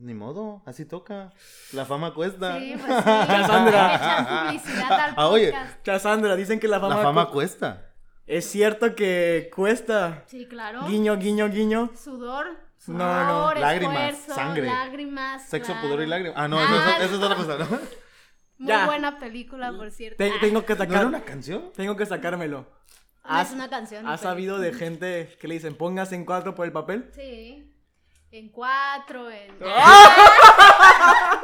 Speaker 2: Ni modo, así toca. La fama cuesta.
Speaker 3: Sí, pues sí.
Speaker 1: Cassandra.
Speaker 3: Echas publicidad al
Speaker 2: Ah, oye.
Speaker 3: podcast.
Speaker 1: Cassandra, dicen que la fama...
Speaker 2: La fama
Speaker 1: cu-
Speaker 2: cuesta.
Speaker 1: Es cierto que cuesta.
Speaker 3: Sí, claro.
Speaker 1: Guiño, guiño, guiño.
Speaker 3: Sudor,
Speaker 1: No,
Speaker 3: sudor,
Speaker 1: no, no.
Speaker 2: Lágrimas,
Speaker 3: esfuerzo,
Speaker 2: sangre.
Speaker 3: lágrimas.
Speaker 2: Sexo,
Speaker 3: claro.
Speaker 2: pudor y lágrimas. Ah, no,
Speaker 3: Ah,
Speaker 2: eso, eso- eso es otra cosa, ¿no?
Speaker 3: Muy
Speaker 1: Ya.
Speaker 3: buena película, por cierto.
Speaker 1: Te-
Speaker 3: Ah,
Speaker 1: tengo que
Speaker 2: ¿No era
Speaker 1: sacar...
Speaker 2: una canción? [LAUGHS]
Speaker 1: Tengo que sacármelo.
Speaker 3: no
Speaker 1: ¿Has,
Speaker 3: es una canción.
Speaker 1: has
Speaker 3: pero-
Speaker 1: sabido de gente que le dicen, póngase en cuatro por el papel?
Speaker 3: [LAUGHS] Sí. En cuatro, en.
Speaker 2: ¡Ah!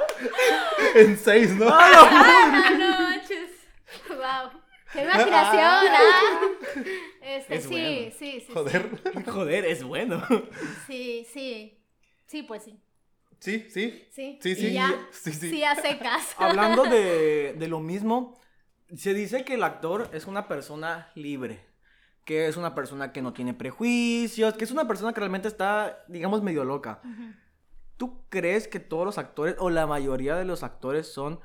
Speaker 2: En seis, ¿no?
Speaker 3: [LAUGHS] ¡Ah, no manches! ¡Wow!
Speaker 2: [LAUGHS]
Speaker 3: ¡Qué imaginación! ah! Este,
Speaker 2: Es
Speaker 3: sí,
Speaker 2: bueno.
Speaker 3: sí, sí,
Speaker 2: Joder.
Speaker 1: Joder, es bueno.
Speaker 3: sí. Sí, sí. Sí, pues sí.
Speaker 2: Sí, sí.
Speaker 3: Sí,
Speaker 2: Sí,
Speaker 3: Y
Speaker 2: sí,
Speaker 3: ya,
Speaker 2: y- sí, sí.
Speaker 3: a secas.
Speaker 1: [LAUGHS] Hablando de, de lo mismo, se dice que el actor es una persona libre, que es una persona que no tiene prejuicios, que es una persona que realmente está, digamos, medio loca. ¿Tú crees que todos los actores o la mayoría de los actores son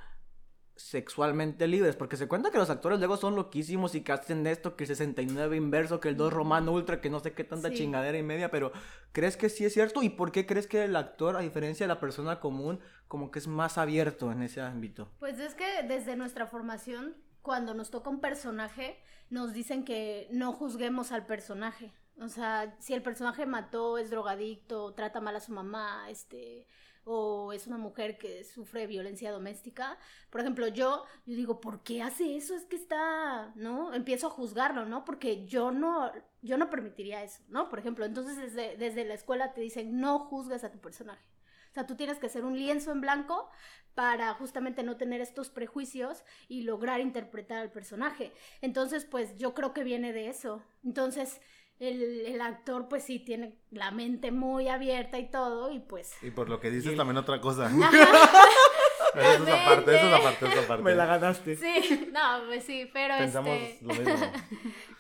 Speaker 1: sexualmente libres? Porque se cuenta que los actores luego son loquísimos y que hacen esto, que el 69 inverso, que el 2 romano ultra, que no sé qué tanta
Speaker 3: Sí.
Speaker 1: chingadera y media, pero ¿crees que sí es cierto? ¿Y por qué crees que el actor, a diferencia de la persona común, como que es más abierto en ese ámbito?
Speaker 3: Pues es que desde nuestra formación, cuando nos toca un personaje, nos dicen que no juzguemos al personaje. O sea, si el personaje mató, es drogadicto, trata mal a su mamá, este, o es una mujer que sufre violencia doméstica. Por ejemplo, yo, yo digo, ¿por qué hace eso? Es que está, ¿no? Empiezo a juzgarlo, ¿no? Porque yo no, yo no permitiría eso, ¿no? Por ejemplo, entonces desde, desde la escuela te dicen, no juzgues a tu personaje. O sea, tú tienes que ser un lienzo en blanco para justamente no tener estos prejuicios y lograr interpretar al personaje. Entonces, pues yo creo que viene de eso. Entonces, el, el actor pues sí tiene la mente muy abierta y todo y pues...
Speaker 2: Y por lo que dices
Speaker 1: Y-
Speaker 2: también otra
Speaker 3: [LAUGHS]
Speaker 2: cosa.
Speaker 3: Ajá,
Speaker 2: Eso es aparte, eso es aparte, eso es aparte.
Speaker 1: Me la ganaste.
Speaker 3: sí, [LAUGHS] no, pues sí, pero...
Speaker 2: Pensamos
Speaker 3: este...
Speaker 2: lo mismo.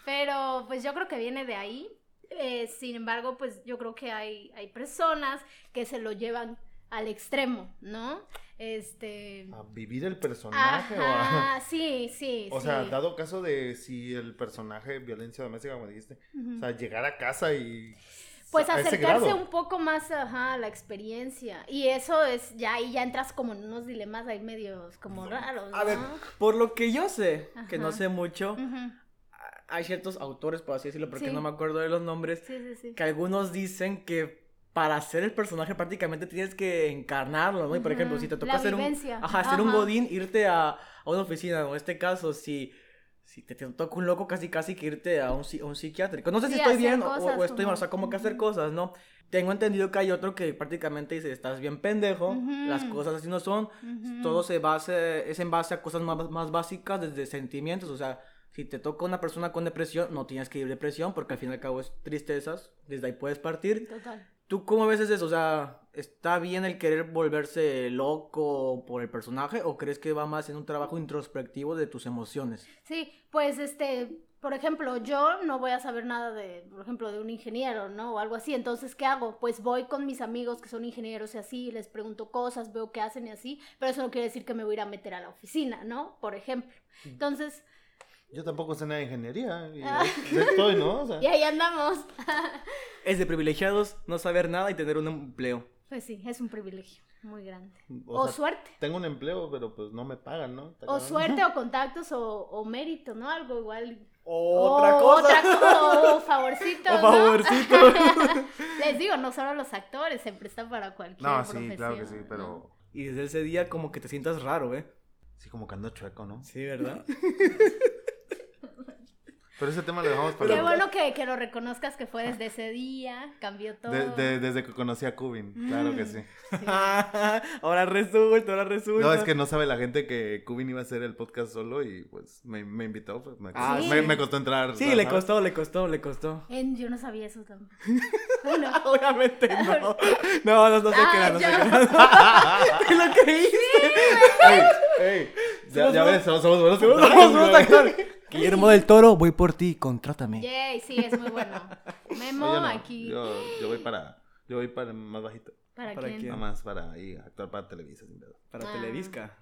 Speaker 3: Pero pues yo creo que viene de ahí. Eh, sin embargo, pues yo creo que hay, hay personas que se lo llevan al extremo, ¿no? Este...
Speaker 2: A vivir el personaje o a...
Speaker 3: Ajá, sí, sí.
Speaker 2: [LAUGHS] O
Speaker 3: sí.
Speaker 2: sea, dado caso de si el personaje violencia doméstica, como dijiste,
Speaker 3: Ujú.
Speaker 2: o sea, llegar a casa y...
Speaker 3: Pues
Speaker 2: a ese
Speaker 3: acercarse
Speaker 2: grado.
Speaker 3: un poco más ajá, a la experiencia. Y eso es, ya ahí ya entras como en unos dilemas ahí medios como raros.
Speaker 1: A ver,
Speaker 3: ¿no?
Speaker 1: por lo que yo sé, que no
Speaker 3: Ajá.
Speaker 1: sé mucho,
Speaker 3: Ujú.
Speaker 1: hay ciertos autores, por así decirlo, porque
Speaker 3: Sí.
Speaker 1: no me acuerdo de los nombres,
Speaker 3: Sí, sí, sí.
Speaker 1: que algunos dicen que para ser el personaje prácticamente tienes que encarnarlo, ¿no? Y por
Speaker 3: Ujú,
Speaker 1: ejemplo, si te toca
Speaker 3: la
Speaker 1: hacer un,
Speaker 3: vivencia.
Speaker 1: ajá, ser un
Speaker 3: Ajá.
Speaker 1: godín, irte a, a una oficina, o en este caso, si, si te, te toca un loco, casi casi que irte a un, psi- a un psiquiátrico. No sé si
Speaker 3: Sí,
Speaker 1: estoy
Speaker 3: hacer
Speaker 1: bien o- o,
Speaker 3: cosas
Speaker 1: estoy mal, o sea,
Speaker 3: como-
Speaker 1: como que hacer
Speaker 3: Ujú.
Speaker 1: cosas, ¿no? Tengo entendido que hay otro que prácticamente dice, estás bien pendejo,
Speaker 3: Ujú.
Speaker 1: las cosas así no son,
Speaker 3: Ujú.
Speaker 1: todo se base, es en base a cosas más, más básicas, desde sentimientos, o sea, si te toca una persona con depresión, no tienes que ir depresión, porque al fin y al cabo es tristezas, desde ahí puedes partir.
Speaker 3: Total.
Speaker 1: ¿Tú cómo ves eso? O sea, ¿está bien el querer volverse loco por el personaje o crees que va más en un trabajo introspectivo de tus emociones?
Speaker 3: Sí, pues este, por ejemplo, yo no voy a saber nada de, por ejemplo, de un ingeniero, ¿no? O algo así. Entonces, ¿qué hago? Pues voy con mis amigos que son ingenieros y así, les pregunto cosas, veo qué hacen y así, pero eso no quiere decir que me voy a ir a meter a la oficina, ¿no? Por ejemplo. Entonces,
Speaker 2: Yo tampoco sé nada de ingeniería. Y
Speaker 3: Ah.
Speaker 2: ahí estoy, ¿no?
Speaker 3: [LAUGHS]
Speaker 2: O sea,
Speaker 3: y ahí andamos.
Speaker 1: Es de privilegiados no saber nada y tener un empleo.
Speaker 3: Pues sí, es un privilegio muy grande.
Speaker 2: o
Speaker 3: O,
Speaker 2: sea,
Speaker 3: suerte.
Speaker 2: tengo un empleo, pero pues no me pagan, ¿no? Está
Speaker 3: O
Speaker 2: cabrón.
Speaker 3: suerte o contactos o, o mérito, ¿no? Algo igual.
Speaker 1: Otra cosa.
Speaker 3: o Oh, Otra
Speaker 2: [LAUGHS]
Speaker 3: cosa, o favorcito.
Speaker 1: O [LAUGHS]
Speaker 3: ¿no?
Speaker 1: favorcito.
Speaker 3: Les digo, no solo los actores, se presta para
Speaker 2: [LAUGHS]
Speaker 3: cualquier
Speaker 2: No,
Speaker 3: profesión.
Speaker 2: sí, claro que sí, pero
Speaker 1: Y desde ese día como que te sientas raro, ¿eh?
Speaker 2: Sí, como que ando chueco, ¿no?
Speaker 1: Sí, ¿verdad?
Speaker 2: Pero ese tema lo dejamos para...
Speaker 3: Qué bueno que, que lo reconozcas que fue desde ese día, cambió todo.
Speaker 2: De- de- desde que conocí a Cubin, claro que sí.
Speaker 1: [LAUGHS] ahora resulta, ahora resulta.
Speaker 2: No, es que no sabe la gente que Cubin iba a hacer el podcast solo y pues me, me invitó. pues, me,
Speaker 1: Ah,
Speaker 2: me-
Speaker 1: sí.
Speaker 2: me costó entrar.
Speaker 1: Sí,
Speaker 2: ¿sabes?
Speaker 1: le costó, le costó, le
Speaker 3: [LAUGHS]
Speaker 1: costó.
Speaker 3: En- yo no sabía eso tampoco. [LAUGHS] Bueno,
Speaker 1: Obviamente no. [LAUGHS] No, no, no se
Speaker 3: Ah,
Speaker 1: crean, no se
Speaker 3: ya. [LAUGHS]
Speaker 1: crean.
Speaker 3: Ah,
Speaker 1: ¿Te [LAUGHS] lo creíste?
Speaker 2: ¡Ey!
Speaker 1: [LAUGHS]
Speaker 2: ¡Ey! Ya,
Speaker 1: Somos
Speaker 2: ya
Speaker 1: buenos-
Speaker 2: ves, somos, somos buenos
Speaker 1: Somos
Speaker 2: actores,
Speaker 1: buenos
Speaker 2: güey.
Speaker 1: actores. Guillermo del Toro, voy por ti, contrátame.
Speaker 3: yay, sí, es
Speaker 2: [LAUGHS]
Speaker 3: muy bueno. Memo
Speaker 2: No, yo no,
Speaker 3: aquí.
Speaker 2: Yo, yo voy para... Yo voy para más bajito.
Speaker 3: ¿Para,
Speaker 1: ¿Para
Speaker 3: quién?
Speaker 1: quién?
Speaker 2: Nada más para ahí actuar para Televisa sin pedo. [LAUGHS]
Speaker 1: Para
Speaker 3: Ah.
Speaker 1: Televisca.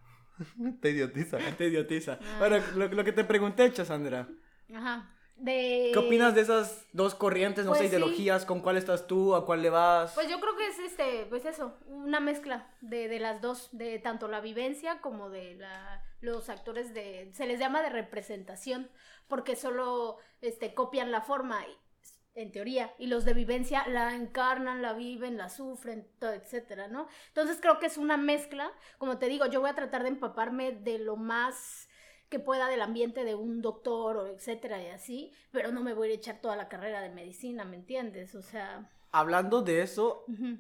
Speaker 2: Te idiotiza.
Speaker 1: Te idiotiza.
Speaker 3: Ah.
Speaker 1: Bueno, lo, lo que te pregunté, Chasandra.
Speaker 3: Ajá. De...
Speaker 1: ¿Qué opinas de esas dos corrientes, no
Speaker 3: Eh, pues
Speaker 1: sé,
Speaker 3: sí.
Speaker 1: ideologías? ¿Con cuál estás tú? ¿A cuál le vas?
Speaker 3: Pues yo creo que es este, pues eso, una mezcla de, de las dos, de tanto la vivencia como de la, los actores de, se les llama de representación, porque solo este, copian la forma, y- en teoría, y los de vivencia la encarnan, la viven, la sufren, todo, etcétera, ¿no? Entonces creo que es una mezcla, como te digo, yo voy a tratar de empaparme de lo más que pueda del ambiente de un doctor o etcétera y así, pero no me voy a echar toda la carrera de medicina, ¿me entiendes? O sea...
Speaker 1: Hablando de eso,
Speaker 3: ujú.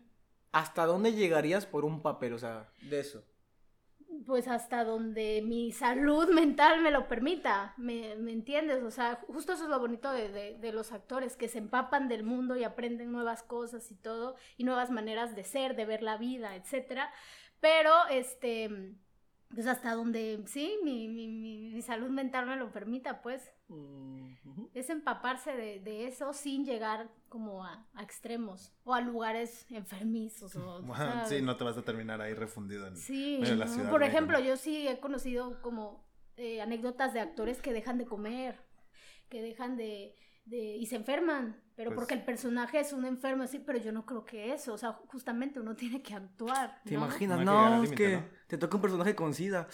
Speaker 1: ¿hasta dónde llegarías por un papel? O sea, de eso.
Speaker 3: pues hasta donde mi salud [LAUGHS] mental me lo permita, ¿me, me entiendes? O sea, justo eso es lo bonito de, de- de los actores, que se empapan del mundo y aprenden nuevas cosas y todo, y nuevas maneras de ser, de ver la vida, etcétera, Pero, este, pues hasta donde, sí, mi, mi- mi- mi salud mental me lo permita, pues, es empaparse de, de eso sin llegar como a, a extremos o a lugares enfermizos. O,
Speaker 2: Bueno, sí,
Speaker 3: ¿sabes?
Speaker 2: no te vas a terminar ahí refundido en...
Speaker 3: Sí,
Speaker 2: Bueno, la
Speaker 3: ¿no?
Speaker 2: Ciudad de
Speaker 3: por
Speaker 2: México,
Speaker 3: ejemplo,
Speaker 2: ¿no?
Speaker 3: yo sí he conocido como eh, anécdotas de actores que dejan de comer, que dejan de, de- y se enferman, pero
Speaker 2: Pues-
Speaker 3: porque el personaje es un enfermo, sí, pero yo no creo que eso, o sea, justamente uno tiene que actuar.
Speaker 1: ¿Te
Speaker 3: ¿no?
Speaker 1: imaginas?
Speaker 2: No hay que llegar
Speaker 1: No, es
Speaker 2: al límite,
Speaker 1: que
Speaker 2: ¿no?
Speaker 1: te toca un personaje con sida.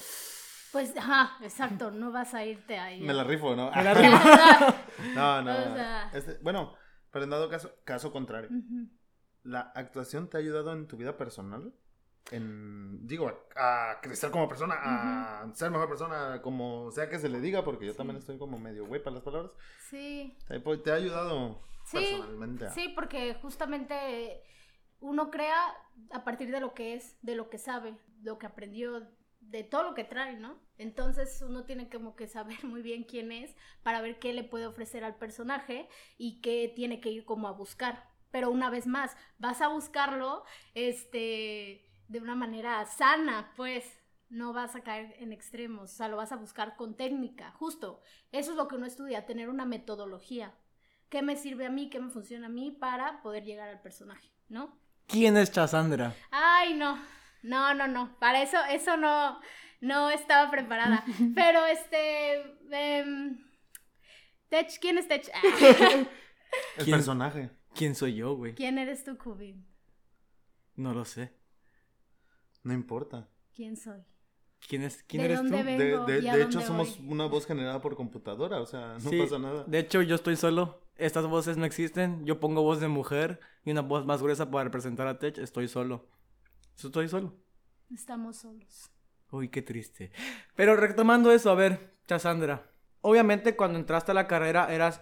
Speaker 3: Pues, ajá, exacto, no vas a irte ahí.
Speaker 2: Me la rifo,
Speaker 1: [LAUGHS]
Speaker 2: ¿no?
Speaker 1: Me la
Speaker 3: O sea,
Speaker 2: [LAUGHS] No, no.
Speaker 3: O sea.
Speaker 2: Este- bueno, pero en dado caso, caso contrario,
Speaker 3: ujú.
Speaker 2: ¿la actuación te ha ayudado en tu vida personal? En, digo, a, a crecer como persona, a ser mejor persona, como sea que se le diga, porque yo también estoy como medio güey para las palabras.
Speaker 3: sí.
Speaker 2: ¿Te, pues, te ha ayudado
Speaker 3: Sí,
Speaker 2: personalmente? a-
Speaker 3: Sí, porque justamente uno crea a partir de lo que es, de lo que sabe, lo que aprendió, de todo lo que trae, ¿no? Entonces uno tiene como que saber muy bien quién es para ver qué le puede ofrecer al personaje y qué tiene que ir como a buscar. Pero una vez más, vas a buscarlo este, de una manera sana, pues no vas a caer en extremos, o sea, lo vas a buscar con técnica, justo. Eso es lo que uno estudia, tener una metodología qué me sirve a mí, qué me funciona a mí para poder llegar al personaje, ¿no?
Speaker 1: ¿Quién es Chasandra?
Speaker 3: Ay, no, no, no, no, para eso, eso no, no estaba preparada, pero este, em, Tech, ¿quién es Tech? Ah,
Speaker 2: El
Speaker 1: ¿Quién?
Speaker 2: personaje.
Speaker 1: ¿Quién soy yo, güey?
Speaker 3: ¿Quién eres tú, Cubin?
Speaker 1: No lo sé.
Speaker 2: No importa.
Speaker 3: ¿Quién soy?
Speaker 1: ¿Quién, es, quién
Speaker 3: ¿De
Speaker 1: eres
Speaker 3: dónde
Speaker 1: tú?
Speaker 3: ven-
Speaker 2: De,
Speaker 3: Vengo,
Speaker 2: de-
Speaker 3: ¿y a
Speaker 2: de hecho,
Speaker 3: dónde
Speaker 2: somos
Speaker 3: voy?
Speaker 2: una voz generada por computadora, o sea, no
Speaker 1: Sí,
Speaker 2: pasa nada.
Speaker 1: De hecho, yo estoy solo. Estas voces no existen. Yo pongo voz de mujer y una voz más gruesa para representar a Tech. Estoy solo. Estoy solo.
Speaker 3: Estamos solos.
Speaker 1: Uy, qué triste. Pero retomando eso, a ver, Chasandra. Obviamente cuando entraste a la carrera eras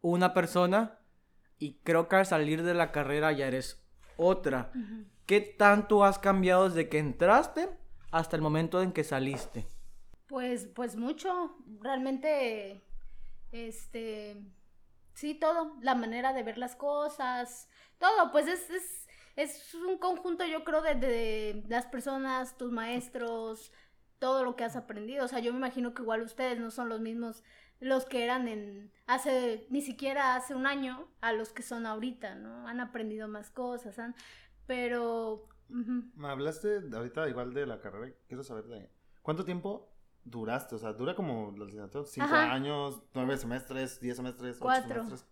Speaker 1: una persona y creo que al salir de la carrera ya eres otra.
Speaker 3: Ujú.
Speaker 1: ¿Qué tanto has cambiado desde que entraste hasta el momento en que saliste?
Speaker 3: Pues, pues mucho. Realmente, este, sí, todo. La manera de ver las cosas, todo. Pues es, es, es un conjunto, yo creo, de, de las personas, tus maestros, todo lo que has aprendido. O sea, yo me imagino que igual ustedes no son los mismos los que eran en hace ni siquiera hace un año a los que son ahorita, ¿no? Han aprendido más cosas, han, pero ujú.
Speaker 2: Me hablaste de- ahorita igual de la carrera. Quiero saber de cuánto tiempo duraste. O sea, dura como la licenciatura. Cinco
Speaker 3: Ajá.
Speaker 2: años, nueve semestres, diez semestres, ocho
Speaker 3: Cuatro.
Speaker 2: semestres.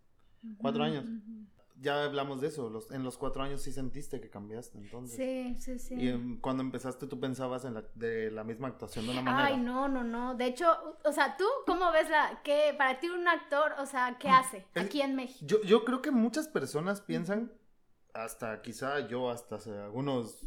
Speaker 2: Cuatro
Speaker 3: Ujú,
Speaker 2: años.
Speaker 3: ujú.
Speaker 2: Ya hablamos de eso. los- en los cuatro años sí sentiste que cambiaste, entonces.
Speaker 3: Sí, sí, sí.
Speaker 2: Y em, cuando empezaste, tú pensabas en la, de la misma actuación de una manera.
Speaker 3: Ay, no, no, no. De hecho, o sea, tú, ¿cómo ves la que para ti un actor, o sea, qué hace
Speaker 2: Mm. Es-
Speaker 3: aquí en México?
Speaker 2: Yo, yo creo que muchas personas piensan, hasta quizá yo, hasta hace algunos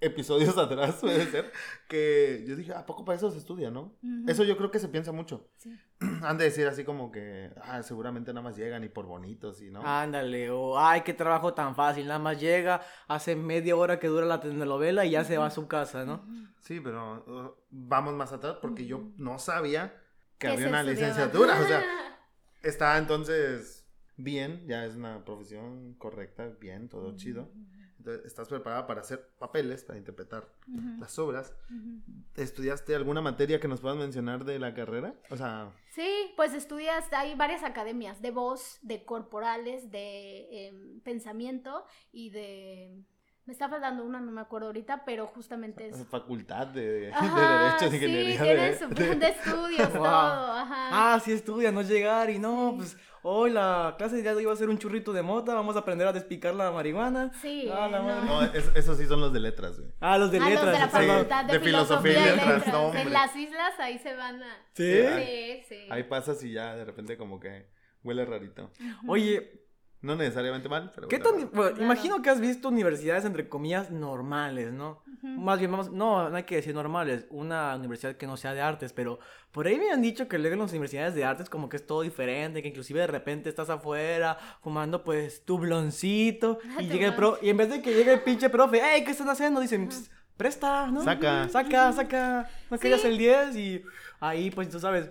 Speaker 2: episodios [LAUGHS] atrás, puede ser, que yo dije, ¿a poco para eso se estudia, no?
Speaker 3: Ujú.
Speaker 2: Eso yo creo que se piensa mucho. [CLEARS THROAT]
Speaker 3: Sí.
Speaker 2: Han de decir así como que, ah, seguramente nada más llegan y por bonitos y
Speaker 3: Ah.
Speaker 2: no.
Speaker 1: Ándale, o ay, qué trabajo tan fácil. Nada más llega, hace media hora que dura la telenovela y ya se va a su casa, ¿no?
Speaker 2: Sí, pero uh, vamos más atrás porque yo no sabía que
Speaker 3: ¿Qué
Speaker 2: había
Speaker 3: se
Speaker 2: una
Speaker 3: estudiaba?
Speaker 2: licenciatura. O sea,
Speaker 3: [LAUGHS]
Speaker 2: está entonces bien, ya es una profesión correcta, bien, todo chido. Entonces, estás preparada para hacer papeles, para interpretar
Speaker 3: Ujú,
Speaker 2: las obras.
Speaker 3: ujú.
Speaker 2: ¿Estudiaste alguna materia que nos puedas mencionar de la carrera? O sea,
Speaker 3: Sí, pues estudias, hay varias academias de voz, de corporales, de em, pensamiento y de... Me está faltando una, no me acuerdo ahorita, pero justamente es...
Speaker 2: facultad de, [LAUGHS] de
Speaker 3: Ajá,
Speaker 2: Derecho, de
Speaker 3: sí,
Speaker 2: Ingeniería.
Speaker 3: tienen
Speaker 2: de-
Speaker 3: su
Speaker 2: de-
Speaker 3: plan de estudios,
Speaker 1: Wow.
Speaker 3: todo, ajá.
Speaker 1: Ah, sí estudia, no llegar y no, pues hoy la clase de día de hoy va a ser un churrito de mota, vamos a aprender a despicar la marihuana.
Speaker 3: sí,
Speaker 1: ah, la
Speaker 3: eh,
Speaker 1: madre.
Speaker 2: [LAUGHS] No, es- esos sí son los de letras, güey.
Speaker 1: Ah, los de
Speaker 3: Ah,
Speaker 1: letras.
Speaker 3: los de la
Speaker 1: están-
Speaker 2: sí,
Speaker 3: facultad de,
Speaker 2: de filosofía
Speaker 3: filosofía,
Speaker 2: y
Speaker 3: y
Speaker 2: letras,
Speaker 3: letras.
Speaker 2: no, hombre.
Speaker 3: en las islas ahí se van a...
Speaker 1: ¿Sí?
Speaker 3: Sí, sí.
Speaker 2: Ahí pasas y ya de repente como que huele rarito.
Speaker 1: Oye,
Speaker 2: No necesariamente mal, pero
Speaker 1: ¿qué
Speaker 2: huele
Speaker 1: tan...
Speaker 2: raro.
Speaker 1: bueno,
Speaker 3: Claro.
Speaker 1: Imagino que has visto universidades, entre comillas, normales, ¿no?
Speaker 3: Ujú.
Speaker 1: Más bien, vamos, no, no hay que decir normales, una universidad que no sea de artes, pero por ahí me han dicho que luego en las universidades de artes como que es todo diferente, que inclusive de repente estás afuera fumando pues tu
Speaker 3: [LAUGHS]
Speaker 1: bloncito
Speaker 3: Ah,
Speaker 1: y llega el pro, y en vez de que llegue el pinche profe, hey, ¿qué están haciendo? Dicen, "Pss, presta, ¿no?
Speaker 2: Saca.
Speaker 1: Saca, saca, no
Speaker 3: Sí.
Speaker 1: querías el 10 y ahí pues tú sabes,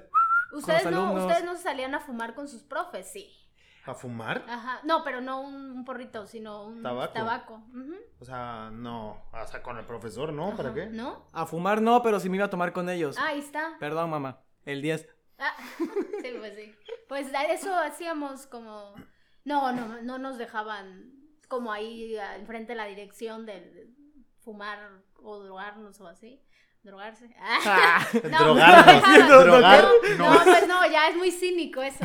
Speaker 3: Ustedes
Speaker 1: los
Speaker 3: no,
Speaker 1: alumnos.
Speaker 3: ustedes no se salían a fumar con sus profes, sí.
Speaker 2: ¿A fumar?
Speaker 3: Ajá. No, pero no un, un porrito, sino un
Speaker 2: Tabaco.
Speaker 3: tabaco. Ujú.
Speaker 2: O sea, no. O sea, con el profesor, ¿no? ¿Para
Speaker 3: Ajá.
Speaker 2: qué?
Speaker 3: ¿No?
Speaker 1: a fumar no, pero si me iba a tomar con ellos.
Speaker 3: Ah, ahí está.
Speaker 1: Perdón, mamá, el
Speaker 3: [LAUGHS]
Speaker 1: 10.
Speaker 3: Ah, sí, pues sí. Pues a eso hacíamos como. No, no, no nos dejaban como ahí al frente de la dirección de fumar o drogarnos o así. Drogarse. Ah,
Speaker 1: Ah,
Speaker 3: No.
Speaker 2: Drogarnos.
Speaker 1: No,
Speaker 2: Drogar,
Speaker 3: no,
Speaker 2: no.
Speaker 3: pues no, ya es muy cínico eso.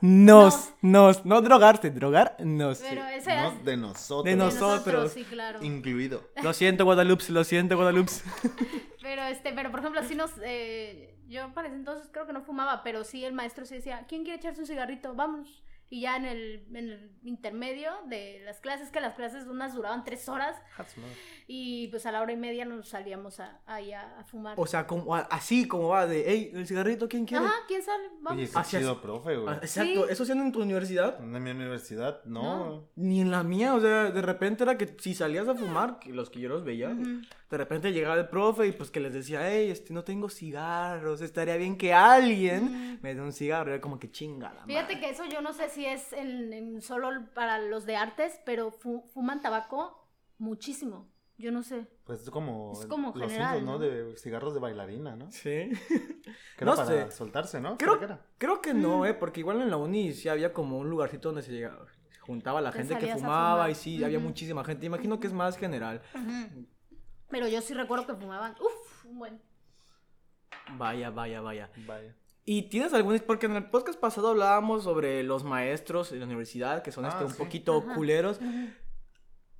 Speaker 1: drogarnos, nos, no drogarse, drogarnos.
Speaker 3: Pero eso ya
Speaker 2: No,
Speaker 3: es
Speaker 2: de nosotros.
Speaker 1: De
Speaker 3: de
Speaker 1: nos- nosotros.
Speaker 3: Sí, claro.
Speaker 2: Incluido.
Speaker 1: Lo siento, Guadalupe, lo siento, Guadalupe.
Speaker 3: Pero este, pero por ejemplo, sí nos, eh, yo para ese entonces creo que no fumaba, pero sí el maestro sí decía, ¿quién quiere echarse un cigarrito? Vamos. Y ya en el, en el intermedio de las clases, que las clases unas duraban tres horas, y pues a la hora y media nos salíamos a, ahí a, a fumar.
Speaker 1: O sea, como, a- así como va de, hey, el cigarrito, ¿quién quiere?
Speaker 3: Ajá, ¿quién sale? Vamos.
Speaker 2: Oye, qué
Speaker 1: Así es.
Speaker 2: chido, profe, güey.
Speaker 1: Ah, Exacto,
Speaker 3: Sí.
Speaker 1: ¿eso hacían en tu universidad?
Speaker 2: En mi universidad, no.
Speaker 1: Ni en la mía, o sea, de repente era que si salías a fumar, que los que yo los veía,
Speaker 3: Ujú.
Speaker 1: de repente llegaba el profe y pues que les decía, hey, este, no tengo cigarros, estaría bien que alguien
Speaker 3: Mm.
Speaker 1: me dé un cigarro, era como que chingada.
Speaker 3: Fíjate que eso yo no sé si es en, en solo para los de artes, pero fu- fuman tabaco muchísimo. Yo no sé.
Speaker 2: Pues es como.
Speaker 3: Es como
Speaker 2: los
Speaker 3: general,
Speaker 2: Simpsons, ¿no?
Speaker 3: ¿no?
Speaker 2: De cigarros de bailarina, ¿no?
Speaker 1: Sí. [LAUGHS]
Speaker 2: Que
Speaker 1: No
Speaker 2: era para
Speaker 1: sé.
Speaker 2: soltarse, ¿no?
Speaker 1: Creo,
Speaker 2: que era.
Speaker 1: creo que no, ¿eh? Porque igual en la uni sí había como un lugarcito donde se llegaba- se juntaba la
Speaker 3: Te
Speaker 1: gente que
Speaker 3: salías a
Speaker 1: fumaba
Speaker 3: fumar.
Speaker 1: y sí, había
Speaker 3: Ujú.
Speaker 1: muchísima gente. Imagino que es más general.
Speaker 3: Ujú. Pero yo sí recuerdo que fumaban. Uf, un buen.
Speaker 1: Vaya, vaya, vaya.
Speaker 2: Vaya.
Speaker 1: ¿Y tienes algún... Porque en el podcast pasado hablábamos sobre los maestros en la universidad, que son
Speaker 2: Ah,
Speaker 1: este, un
Speaker 2: sí.
Speaker 1: poquito
Speaker 3: Ajá.
Speaker 1: culeros.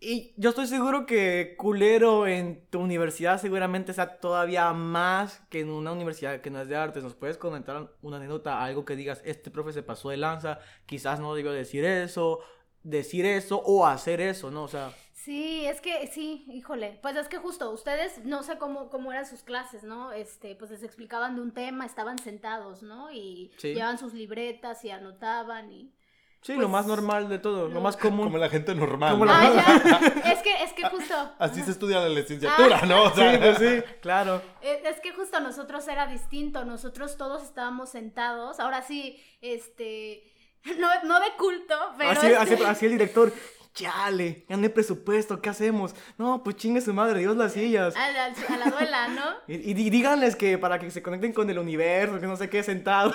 Speaker 1: Y yo estoy seguro que culero en tu universidad seguramente sea todavía más que en una universidad que no es de artes. ¿Nos puedes comentar una anécdota, algo que digas, este profe se pasó de lanza, quizás no debió decir eso, decir eso o hacer eso, ¿no? O sea,
Speaker 3: Sí, es que sí, híjole. Pues es que justo ustedes, no sé cómo, cómo eran sus clases, ¿no? Este, pues les explicaban de un tema, estaban sentados, ¿no? Y
Speaker 1: Sí.
Speaker 3: llevaban sus libretas y anotaban y.
Speaker 1: sí, lo
Speaker 3: Pues,
Speaker 1: más normal de todo, lo
Speaker 3: no.
Speaker 1: más común.
Speaker 2: Como la gente normal.
Speaker 1: Como
Speaker 2: ¿no?
Speaker 1: la-
Speaker 3: Ah, ya. Es que, es que justo.
Speaker 2: [LAUGHS] Así se estudia la licenciatura,
Speaker 3: Ah.
Speaker 2: ¿no? O sea,
Speaker 1: Sí, pues sí, claro.
Speaker 3: Eh, Es que justo nosotros era distinto, nosotros todos estábamos sentados, ahora sí, este, [LAUGHS] no, no de culto, pero...
Speaker 1: así, así-
Speaker 3: este,
Speaker 1: así el director, chale, gané presupuesto, ¿qué hacemos? No, pues chingue su madre, Dios las
Speaker 3: [LAUGHS]
Speaker 1: sillas.
Speaker 3: a, la, a la
Speaker 1: [LAUGHS]
Speaker 3: duela, ¿no?
Speaker 1: Y, y- y díganles que para que se conecten con el universo, que no sé qué,
Speaker 3: [LAUGHS]
Speaker 1: sentados.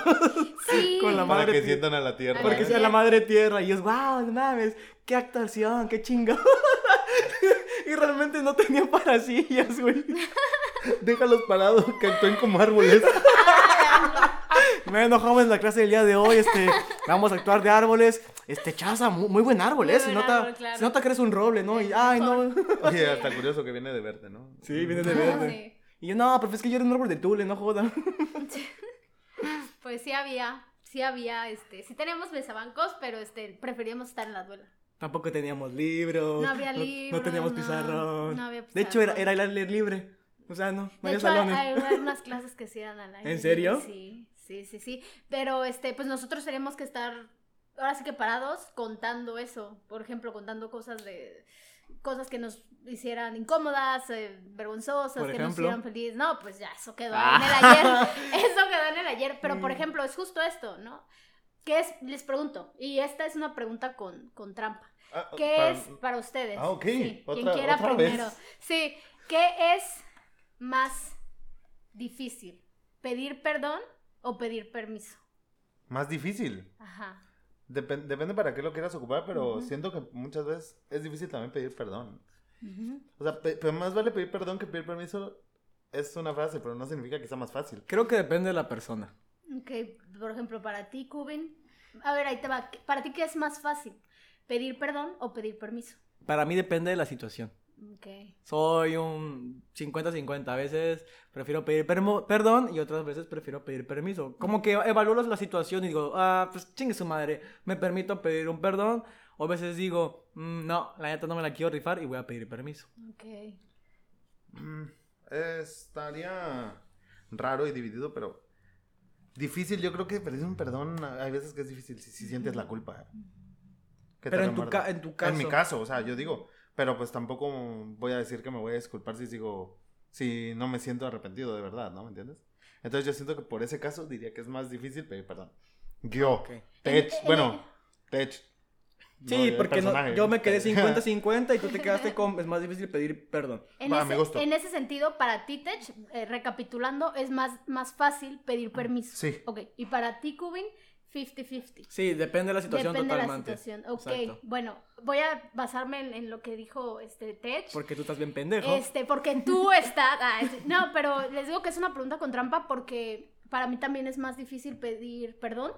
Speaker 3: Sí.
Speaker 1: Con
Speaker 3: [LAUGHS]
Speaker 1: la
Speaker 2: [LAUGHS] para
Speaker 1: madre
Speaker 2: que
Speaker 1: pi-
Speaker 2: sientan a la tierra.
Speaker 1: Porque
Speaker 2: ¿no?
Speaker 1: sea la madre tierra y es, wow, no mames, qué actuación, qué chingón. [LAUGHS] y realmente no tenían para sillas, güey.
Speaker 2: Déjalos parados, que actúen como árboles.
Speaker 1: Me enojamos en la clase del día de hoy, este, vamos a actuar de árboles. Este, chaza, mu- muy, buen árbol,
Speaker 3: Muy
Speaker 1: ¿eh? Se
Speaker 3: buen
Speaker 1: nota,
Speaker 3: árbol, claro.
Speaker 1: se nota que eres un roble, ¿no? Y, ay, no.
Speaker 2: [LAUGHS] Oye, hasta curioso que viene de verde, ¿no?
Speaker 1: [LAUGHS] Sí, viene de
Speaker 3: Ah,
Speaker 1: verde.
Speaker 3: sí.
Speaker 1: Y yo, no, profe, es que yo era un árbol de tule, no jodan.
Speaker 3: Pues sí había, sí había, este, sí teníamos mesabancos, pero este, preferíamos estar en la duela.
Speaker 1: Tampoco teníamos libros.
Speaker 3: No había
Speaker 1: No,
Speaker 3: libros,
Speaker 1: teníamos
Speaker 3: no,
Speaker 1: pizarrón.
Speaker 3: no había
Speaker 1: De hecho, era,
Speaker 3: pizarrón.
Speaker 1: era el aire libre. O sea, no, no
Speaker 3: De
Speaker 1: había
Speaker 3: hecho,
Speaker 1: salones. [LAUGHS]
Speaker 3: hay, hay unas clases que sí eran al aire.
Speaker 1: ¿En serio?
Speaker 3: Sí, sí, sí, sí. Pero, este, pues nosotros teníamos que estar, ahora sí que parados, contando eso. Por ejemplo, contando cosas de, cosas que nos hicieran incómodas, eh, vergonzosas,
Speaker 1: Por
Speaker 3: que nos
Speaker 1: ejemplo.
Speaker 3: hicieran feliz. No, pues ya, eso quedó
Speaker 1: Ah.
Speaker 3: en
Speaker 1: [LAUGHS]
Speaker 3: el ayer. Eso quedó en el ayer. Pero, por
Speaker 1: Mm.
Speaker 3: ejemplo, es justo esto, ¿no? ¿Qué es? Les pregunto, y esta es una pregunta con, con trampa.
Speaker 2: Ah,
Speaker 3: ¿Qué
Speaker 2: para-
Speaker 3: es para ustedes?
Speaker 2: Ah, ok.
Speaker 3: Sí, quien
Speaker 2: Otra-
Speaker 3: quiera
Speaker 2: otra vez.
Speaker 3: primero. Sí, ¿qué es más difícil? ¿Pedir perdón o pedir permiso?
Speaker 2: Más difícil.
Speaker 3: Ajá.
Speaker 2: Depen- depende para qué lo quieras ocupar, pero
Speaker 3: Ujú.
Speaker 2: siento que muchas veces es difícil también pedir perdón. O sea, pe- pero más vale pedir perdón que pedir permiso. Es una frase, pero no significa que sea más fácil.
Speaker 1: Creo que depende de la persona.
Speaker 3: Ok, por ejemplo, para ti, Cuben. A ver, ahí te va. ¿Para ti qué es más fácil? ¿Pedir perdón o pedir permiso?
Speaker 1: Para mí depende de la situación.
Speaker 3: Ok.
Speaker 1: Soy un 50-50. A veces prefiero pedir permo- perdón y otras veces prefiero pedir permiso. Como que evalúo la situación y digo, ah, pues chingue su madre, me permito pedir un perdón. O a veces digo, "Mm, no, la neta no me la quiero rifar y voy a pedir permiso.
Speaker 3: Ok.
Speaker 2: Mm, Estaría raro y dividido, pero difícil. Yo creo que pedir un perdón hay veces que es difícil si, si sientes la culpa. Que te
Speaker 1: Pero en tu,
Speaker 2: remuerda.
Speaker 1: ca- en tu caso.
Speaker 2: En mi caso, o sea, yo digo, pero pues tampoco voy a decir que me voy a disculpar si digo, si no me siento arrepentido de verdad, ¿no? ¿Me entiendes? Entonces yo siento que por ese caso diría que es más difícil pedir perdón. Yo,
Speaker 1: Ok.
Speaker 2: Tech,
Speaker 3: En- en-
Speaker 2: bueno, Tech. No,
Speaker 1: Sí,
Speaker 2: el
Speaker 1: porque no-
Speaker 2: personaje,
Speaker 1: yo me quedé
Speaker 2: [LAUGHS] Tech.
Speaker 1: 50-50 y
Speaker 3: [LAUGHS]
Speaker 1: tú te quedaste con. Es más difícil pedir perdón.
Speaker 3: En,
Speaker 2: Va,
Speaker 3: ese,
Speaker 2: me gusta.
Speaker 3: en ese sentido, para ti, Tech, eh, recapitulando, es más, más fácil pedir permiso.
Speaker 2: Sí.
Speaker 3: Ok. Y para ti, Cuben, 50-50.
Speaker 1: Sí, depende de la situación
Speaker 3: Depende
Speaker 1: totalmente.
Speaker 3: de la situación. Ok,
Speaker 1: Exacto.
Speaker 3: bueno, voy a basarme en, en lo que dijo este Tech.
Speaker 1: Porque tú estás bien pendejo.
Speaker 3: Este, porque tú estás. ah, es- no, pero les digo que es una pregunta con trampa porque para mí también es más difícil pedir perdón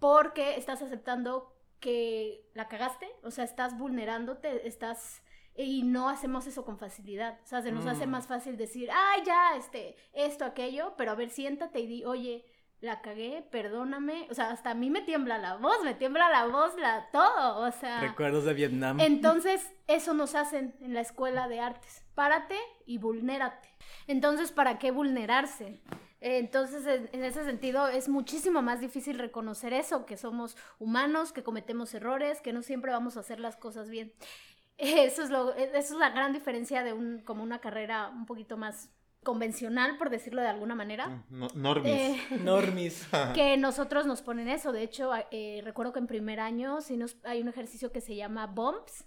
Speaker 3: porque estás aceptando que la cagaste, o sea, estás vulnerándote, estás y no hacemos eso con facilidad. O sea, se nos hace
Speaker 1: Mm.
Speaker 3: más fácil decir, ay, ya, este, esto, aquello, pero a ver, siéntate y di, oye, la cagué, perdóname. O sea, hasta a mí me tiembla la voz, me tiembla la voz, la todo. O sea.
Speaker 1: Recuerdos de Vietnam.
Speaker 3: Entonces, eso nos hacen en la escuela de artes. Párate y vulnérate. Entonces, ¿para qué vulnerarse? Eh, Entonces, en, en ese sentido, es muchísimo más difícil reconocer eso, que somos humanos, que cometemos errores, que no siempre vamos a hacer las cosas bien. [LAUGHS] Eso es, lo, eh, eso es la gran diferencia de un, como una carrera un poquito más convencional, por decirlo de alguna manera.
Speaker 2: No- normis.
Speaker 3: Eh,
Speaker 1: Normis.
Speaker 3: que nosotros nos ponen eso. De hecho, a- eh, recuerdo que en primer año sí nos, hay un ejercicio que se llama bumps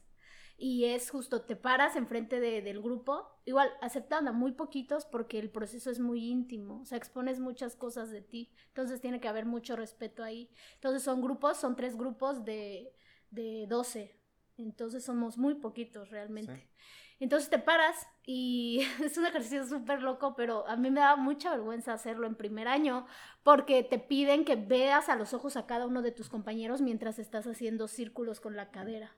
Speaker 3: y es justo te paras enfrente de- del grupo, igual aceptando a muy poquitos porque el proceso es muy íntimo, o sea, expones muchas cosas de ti, entonces tiene que haber mucho respeto ahí. Entonces son grupos, son tres grupos de, de 12, entonces somos muy poquitos realmente.
Speaker 2: Sí.
Speaker 3: Entonces te paras y [LAUGHS] es un ejercicio súper loco, pero a mí me daba mucha vergüenza hacerlo en primer año porque te piden que veas a los ojos a cada uno de tus compañeros mientras estás haciendo círculos con la cadera.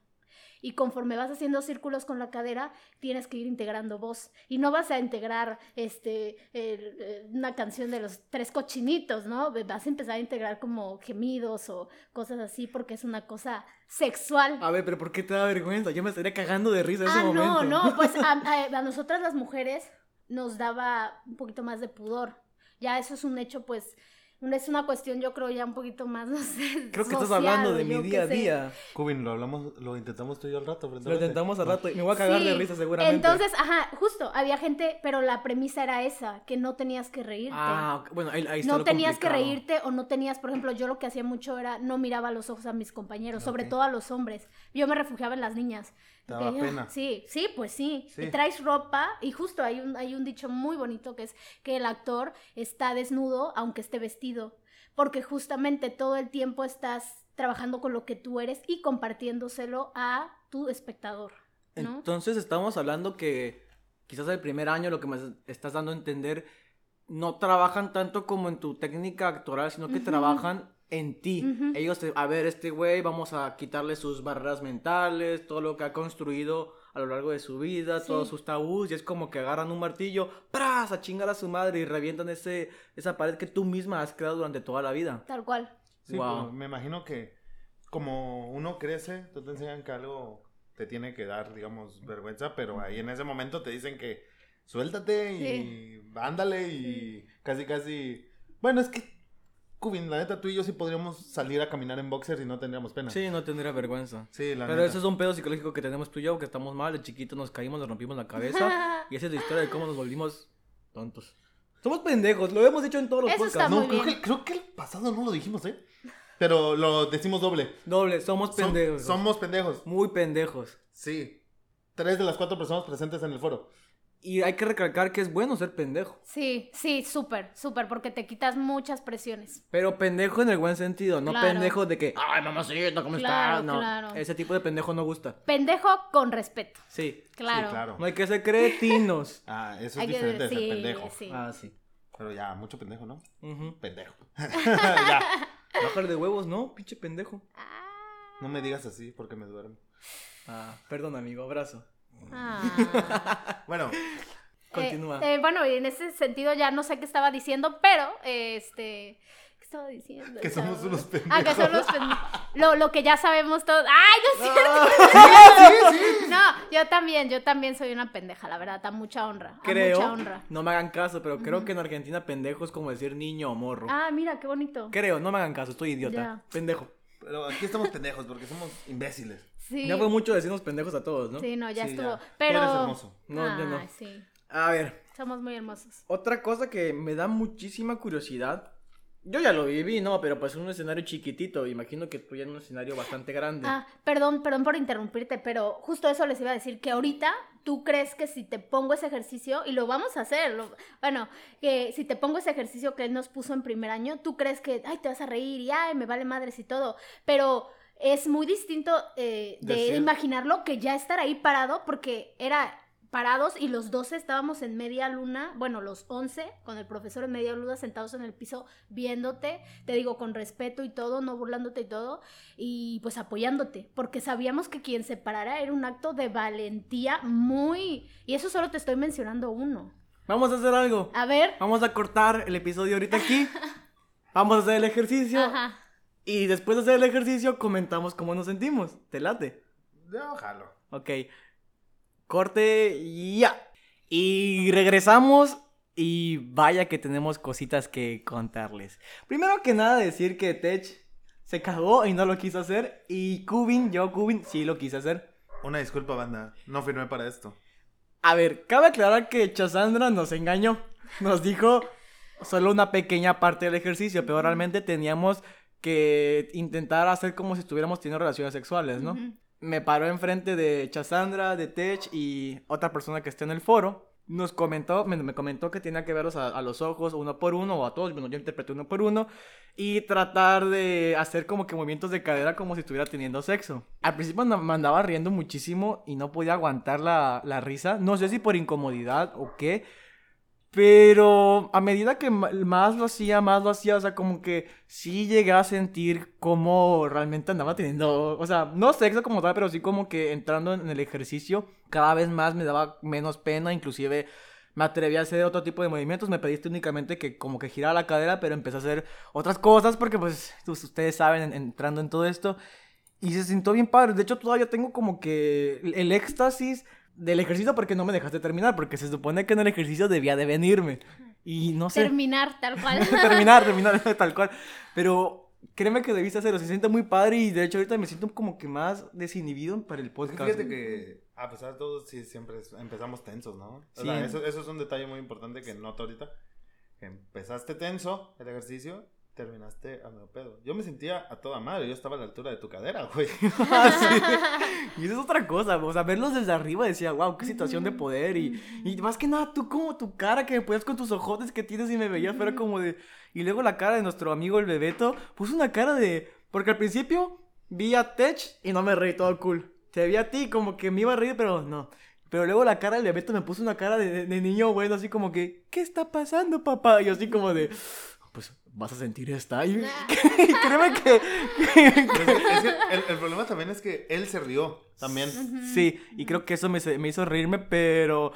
Speaker 3: Y conforme vas haciendo círculos con la cadera, tienes que ir integrando voz. Y no vas a integrar este, el, eh, una canción de los tres cochinitos, ¿no? Vas a empezar a integrar como gemidos o cosas así porque es una cosa sexual.
Speaker 1: A ver, pero ¿por qué te da vergüenza? Yo me estaría cagando de risa Ah, en ese
Speaker 3: Ah,
Speaker 1: momento.
Speaker 3: no, no, pues a, a- a nosotras las mujeres nos daba un poquito más de pudor. Ya eso es un hecho, pues, una- es una cuestión yo creo ya un poquito más, no sé,
Speaker 1: [LAUGHS] Creo que estás
Speaker 3: social,
Speaker 1: hablando de mi
Speaker 3: yo qué
Speaker 1: día a
Speaker 3: sé.
Speaker 1: día.
Speaker 2: Cubin, lo hablamos, lo intentamos tú y yo al rato. frente a
Speaker 1: Lo
Speaker 2: frente.
Speaker 1: intentamos al rato y me voy a cagar de
Speaker 3: Sí,
Speaker 1: risa seguramente.
Speaker 3: Entonces, ajá, justo, había gente, pero la premisa era esa, que no tenías que reírte.
Speaker 1: Ah, ok, bueno, ahí, ahí está
Speaker 3: no
Speaker 1: lo
Speaker 3: tenías que
Speaker 1: complicado.
Speaker 3: reírte o no tenías, por ejemplo, yo lo que hacía mucho era no miraba a los ojos a mis
Speaker 1: Ah,
Speaker 3: compañeros, sobre
Speaker 2: Ok.
Speaker 3: todo a los hombres. Yo me refugiaba en las niñas.
Speaker 2: Te daba
Speaker 3: Ok,
Speaker 2: pena.
Speaker 3: Sí, sí, pues sí.
Speaker 2: Sí.
Speaker 3: Y traes ropa y justo hay un, hay un dicho muy bonito que es que el actor está desnudo aunque esté vestido, porque justamente todo el tiempo estás trabajando con lo que tú eres y compartiéndoselo a tu espectador, ¿no?
Speaker 1: Entonces estamos hablando que quizás el primer año lo que me estás dando a entender no trabajan tanto como en tu técnica actoral, sino que
Speaker 3: Ujú.
Speaker 1: trabajan en ti.
Speaker 3: Ujú.
Speaker 1: Ellos, te- a ver, este güey, vamos a quitarle sus barreras mentales, todo lo que ha construido a lo largo de su vida,
Speaker 3: Sí.
Speaker 1: todos sus tabús, y es como que agarran un martillo, ¡pras! a chingar a su madre y revientan ese, esa pared que tú misma has creado durante toda la vida.
Speaker 3: Tal cual.
Speaker 2: Sí,
Speaker 1: Wow.
Speaker 2: pues, me imagino que como uno crece, tú te enseñan que algo te tiene que dar, digamos, vergüenza, pero ahí en ese momento te dicen que suéltate y ándale y casi, casi. Bueno, es que, Cubin, la neta, tú y yo sí podríamos salir a caminar en boxer y no tendríamos pena.
Speaker 1: Sí, no tendría vergüenza.
Speaker 2: Sí, la
Speaker 1: Pero
Speaker 2: neta.
Speaker 1: eso es un pedo psicológico que tenemos tú y yo, que estamos mal, de chiquitos nos caímos, nos rompimos la
Speaker 3: [LAUGHS]
Speaker 1: cabeza. y esa es la historia de cómo nos volvimos tontos. Somos pendejos, lo hemos dicho en todos los
Speaker 3: Eso está
Speaker 1: podcasts.
Speaker 2: No,
Speaker 3: muy
Speaker 2: creo
Speaker 3: bien.
Speaker 2: que, creo que el pasado no lo dijimos, ¿eh? Pero lo decimos doble.
Speaker 1: Doble, somos
Speaker 2: Som-
Speaker 1: pendejos.
Speaker 2: somos pendejos.
Speaker 1: Muy pendejos.
Speaker 2: Sí. Tres de las cuatro personas presentes en el foro.
Speaker 1: Y hay que recalcar que es bueno ser pendejo.
Speaker 3: Sí, sí, súper, súper, porque te quitas muchas presiones.
Speaker 1: Pero pendejo en el buen sentido, no
Speaker 3: Claro.
Speaker 1: pendejo de que, ay, mamacita, ¿cómo
Speaker 3: Claro,
Speaker 1: estás? No,
Speaker 3: claro.
Speaker 1: ese tipo de pendejo no gusta.
Speaker 3: Pendejo con respeto,
Speaker 1: Sí.
Speaker 3: claro.
Speaker 2: Sí, claro.
Speaker 1: No hay que ser cretinos.
Speaker 2: Ah, eso es
Speaker 3: Hay que-
Speaker 2: diferente de ser
Speaker 3: sí,
Speaker 2: pendejo.
Speaker 3: [LAUGHS] sí.
Speaker 1: ah, sí.
Speaker 2: Pero ya, mucho pendejo, ¿no?
Speaker 1: Ujú.
Speaker 2: Pendejo. ya.
Speaker 1: Bajar de huevos, no, pinche pendejo.
Speaker 2: No me digas así porque me duermo.
Speaker 1: Ah, perdón, amigo, abrazo.
Speaker 2: [LAUGHS]
Speaker 3: Ah.
Speaker 2: Bueno,
Speaker 1: Continúa.
Speaker 3: Eh, eh, bueno, y en ese sentido ya no sé qué estaba diciendo, pero eh, este. ¿Qué estaba diciendo?
Speaker 2: Que somos
Speaker 3: Chavo?
Speaker 2: unos pendejos. Ah,
Speaker 3: Ah, que somos unos pendejos. Lo, lo que ya sabemos todos. ¡Ay, no es cierto!
Speaker 2: [LAUGHS]
Speaker 3: No, yo también, yo también soy una pendeja, la verdad, a mucha honra. A Ah, mucha
Speaker 1: creo,
Speaker 3: honra.
Speaker 1: no me hagan caso, pero creo que en Argentina pendejo es como decir niño o morro.
Speaker 3: Ah, mira, qué bonito.
Speaker 1: Creo, no me hagan caso, estoy idiota.
Speaker 3: Ya.
Speaker 1: Pendejo.
Speaker 2: pero aquí estamos pendejos porque somos imbéciles.
Speaker 3: Sí.
Speaker 1: Ya fue mucho decirnos pendejos a todos, ¿no?
Speaker 3: Sí, no, ya
Speaker 2: Sí,
Speaker 3: estuvo.
Speaker 2: ya. Tú
Speaker 3: Pero.
Speaker 2: eres hermoso.
Speaker 1: No, yo no.
Speaker 3: Ay, sí.
Speaker 1: A ver,
Speaker 3: Somos muy hermosos.
Speaker 1: Otra cosa que me da muchísima curiosidad. Yo ya lo viví, ¿no? Pero pues en un escenario chiquitito. Imagino que tú ya en un escenario bastante grande.
Speaker 3: Ah, perdón, perdón por interrumpirte, pero justo eso les iba a decir, que ahorita tú crees que si te pongo ese ejercicio, y lo vamos a hacer, lo- bueno, que si te pongo ese ejercicio que él nos puso en primer año, tú crees que, ay, te vas a reír y, ay, me vale madres y todo, pero es muy distinto eh, de
Speaker 2: Decir.
Speaker 3: imaginarlo que ya estar ahí parado, porque era parados y los 12 estábamos en media luna, bueno, los 11 con el profesor en media luna sentados en el piso viéndote, te digo con respeto y todo, no burlándote y todo, y pues apoyándote, porque sabíamos que quien se parara era un acto de valentía muy... Y eso solo te estoy mencionando uno.
Speaker 1: Vamos a hacer algo.
Speaker 3: A ver.
Speaker 1: Vamos a cortar el episodio ahorita
Speaker 3: [LAUGHS]
Speaker 1: aquí. Vamos a hacer el ejercicio.
Speaker 3: Ajá.
Speaker 1: Y después de hacer el ejercicio comentamos cómo nos sentimos. ¿Te late?
Speaker 2: Ya, ojalá.
Speaker 1: Ok. Corte ya. Y regresamos. Y vaya que tenemos cositas que contarles. Primero que nada decir que Tech se cagó y no lo quiso hacer. Y Kubin, yo Kubin, sí lo quise hacer.
Speaker 2: Una disculpa, banda. No firmé para esto.
Speaker 1: A ver, cabe aclarar que Chasandra nos engañó. Nos dijo solo una pequeña parte del ejercicio, pero realmente teníamos que intentar hacer como si estuviéramos teniendo relaciones sexuales, ¿no?
Speaker 3: Ujú.
Speaker 1: me paró enfrente de Chasandra, de Tech y otra persona que está en el foro. Nos comentó, me, me comentó que tenía que verlos a, a los ojos uno por uno o a todos, bueno, yo interpreté uno por uno y tratar de hacer como que movimientos de cadera como si estuviera teniendo sexo. Al principio na- me andaba riendo muchísimo y no podía aguantar la, la risa, no sé si por incomodidad o qué, pero a medida que ma- más lo hacía, más lo hacía, o sea, como que sí llegué a sentir como realmente andaba teniendo, o sea, no sexo como tal, pero sí como que entrando en el ejercicio, cada vez más me daba menos pena, inclusive me atreví a hacer otro tipo de movimientos, me pediste únicamente que como que girara la cadera, pero empecé a hacer otras cosas porque pues pues, ustedes saben, en- entrando en todo esto, y se sintió bien padre. De hecho, todavía tengo como que el- el éxtasis del ejercicio porque no me dejaste terminar, porque se supone que en el ejercicio debía de venirme. Y no sé.
Speaker 3: Terminar tal cual.
Speaker 1: [LAUGHS]
Speaker 3: [LAUGHS]
Speaker 1: terminar, terminar [LAUGHS] tal cual. Pero créeme que debiste hacerlo. Se siente muy padre y de hecho ahorita me siento como que más desinhibido para el
Speaker 2: Porque
Speaker 1: podcast. [LAUGHS]
Speaker 2: fíjate que, a pesar de todo, sí, siempre es- empezamos tensos, ¿no? O
Speaker 1: Sí.
Speaker 2: sea, eso, eso es un detalle muy importante que noto ahorita. Que empezaste tenso el ejercicio, terminaste a medio pedo. Yo me sentía a toda madre, yo estaba a la altura de tu cadera, güey. [LAUGHS]
Speaker 1: Ah, Y eso es otra cosa, o sea, verlos desde arriba decía, wow, qué situación de poder. Y, y más que nada, tú como tu cara que me ponías con tus ojotes que tienes y me veías, pero como de. Y luego la cara de nuestro amigo el Bebeto, puso una cara de. Porque al principio vi a Tech y no me reí, todo cool. Te vi a ti, como que me iba a reír, pero no. Pero luego la cara del Bebeto me puso una cara de, de- de niño bueno, así como que, ¿qué está pasando, papá? Y yo así como de. Pues vas a sentir esta. Y, [LAUGHS] y créeme que.
Speaker 2: Pero es que- es que el, el problema también es que él se rió también.
Speaker 1: Sí, y creo que eso me, se- me hizo reírme, pero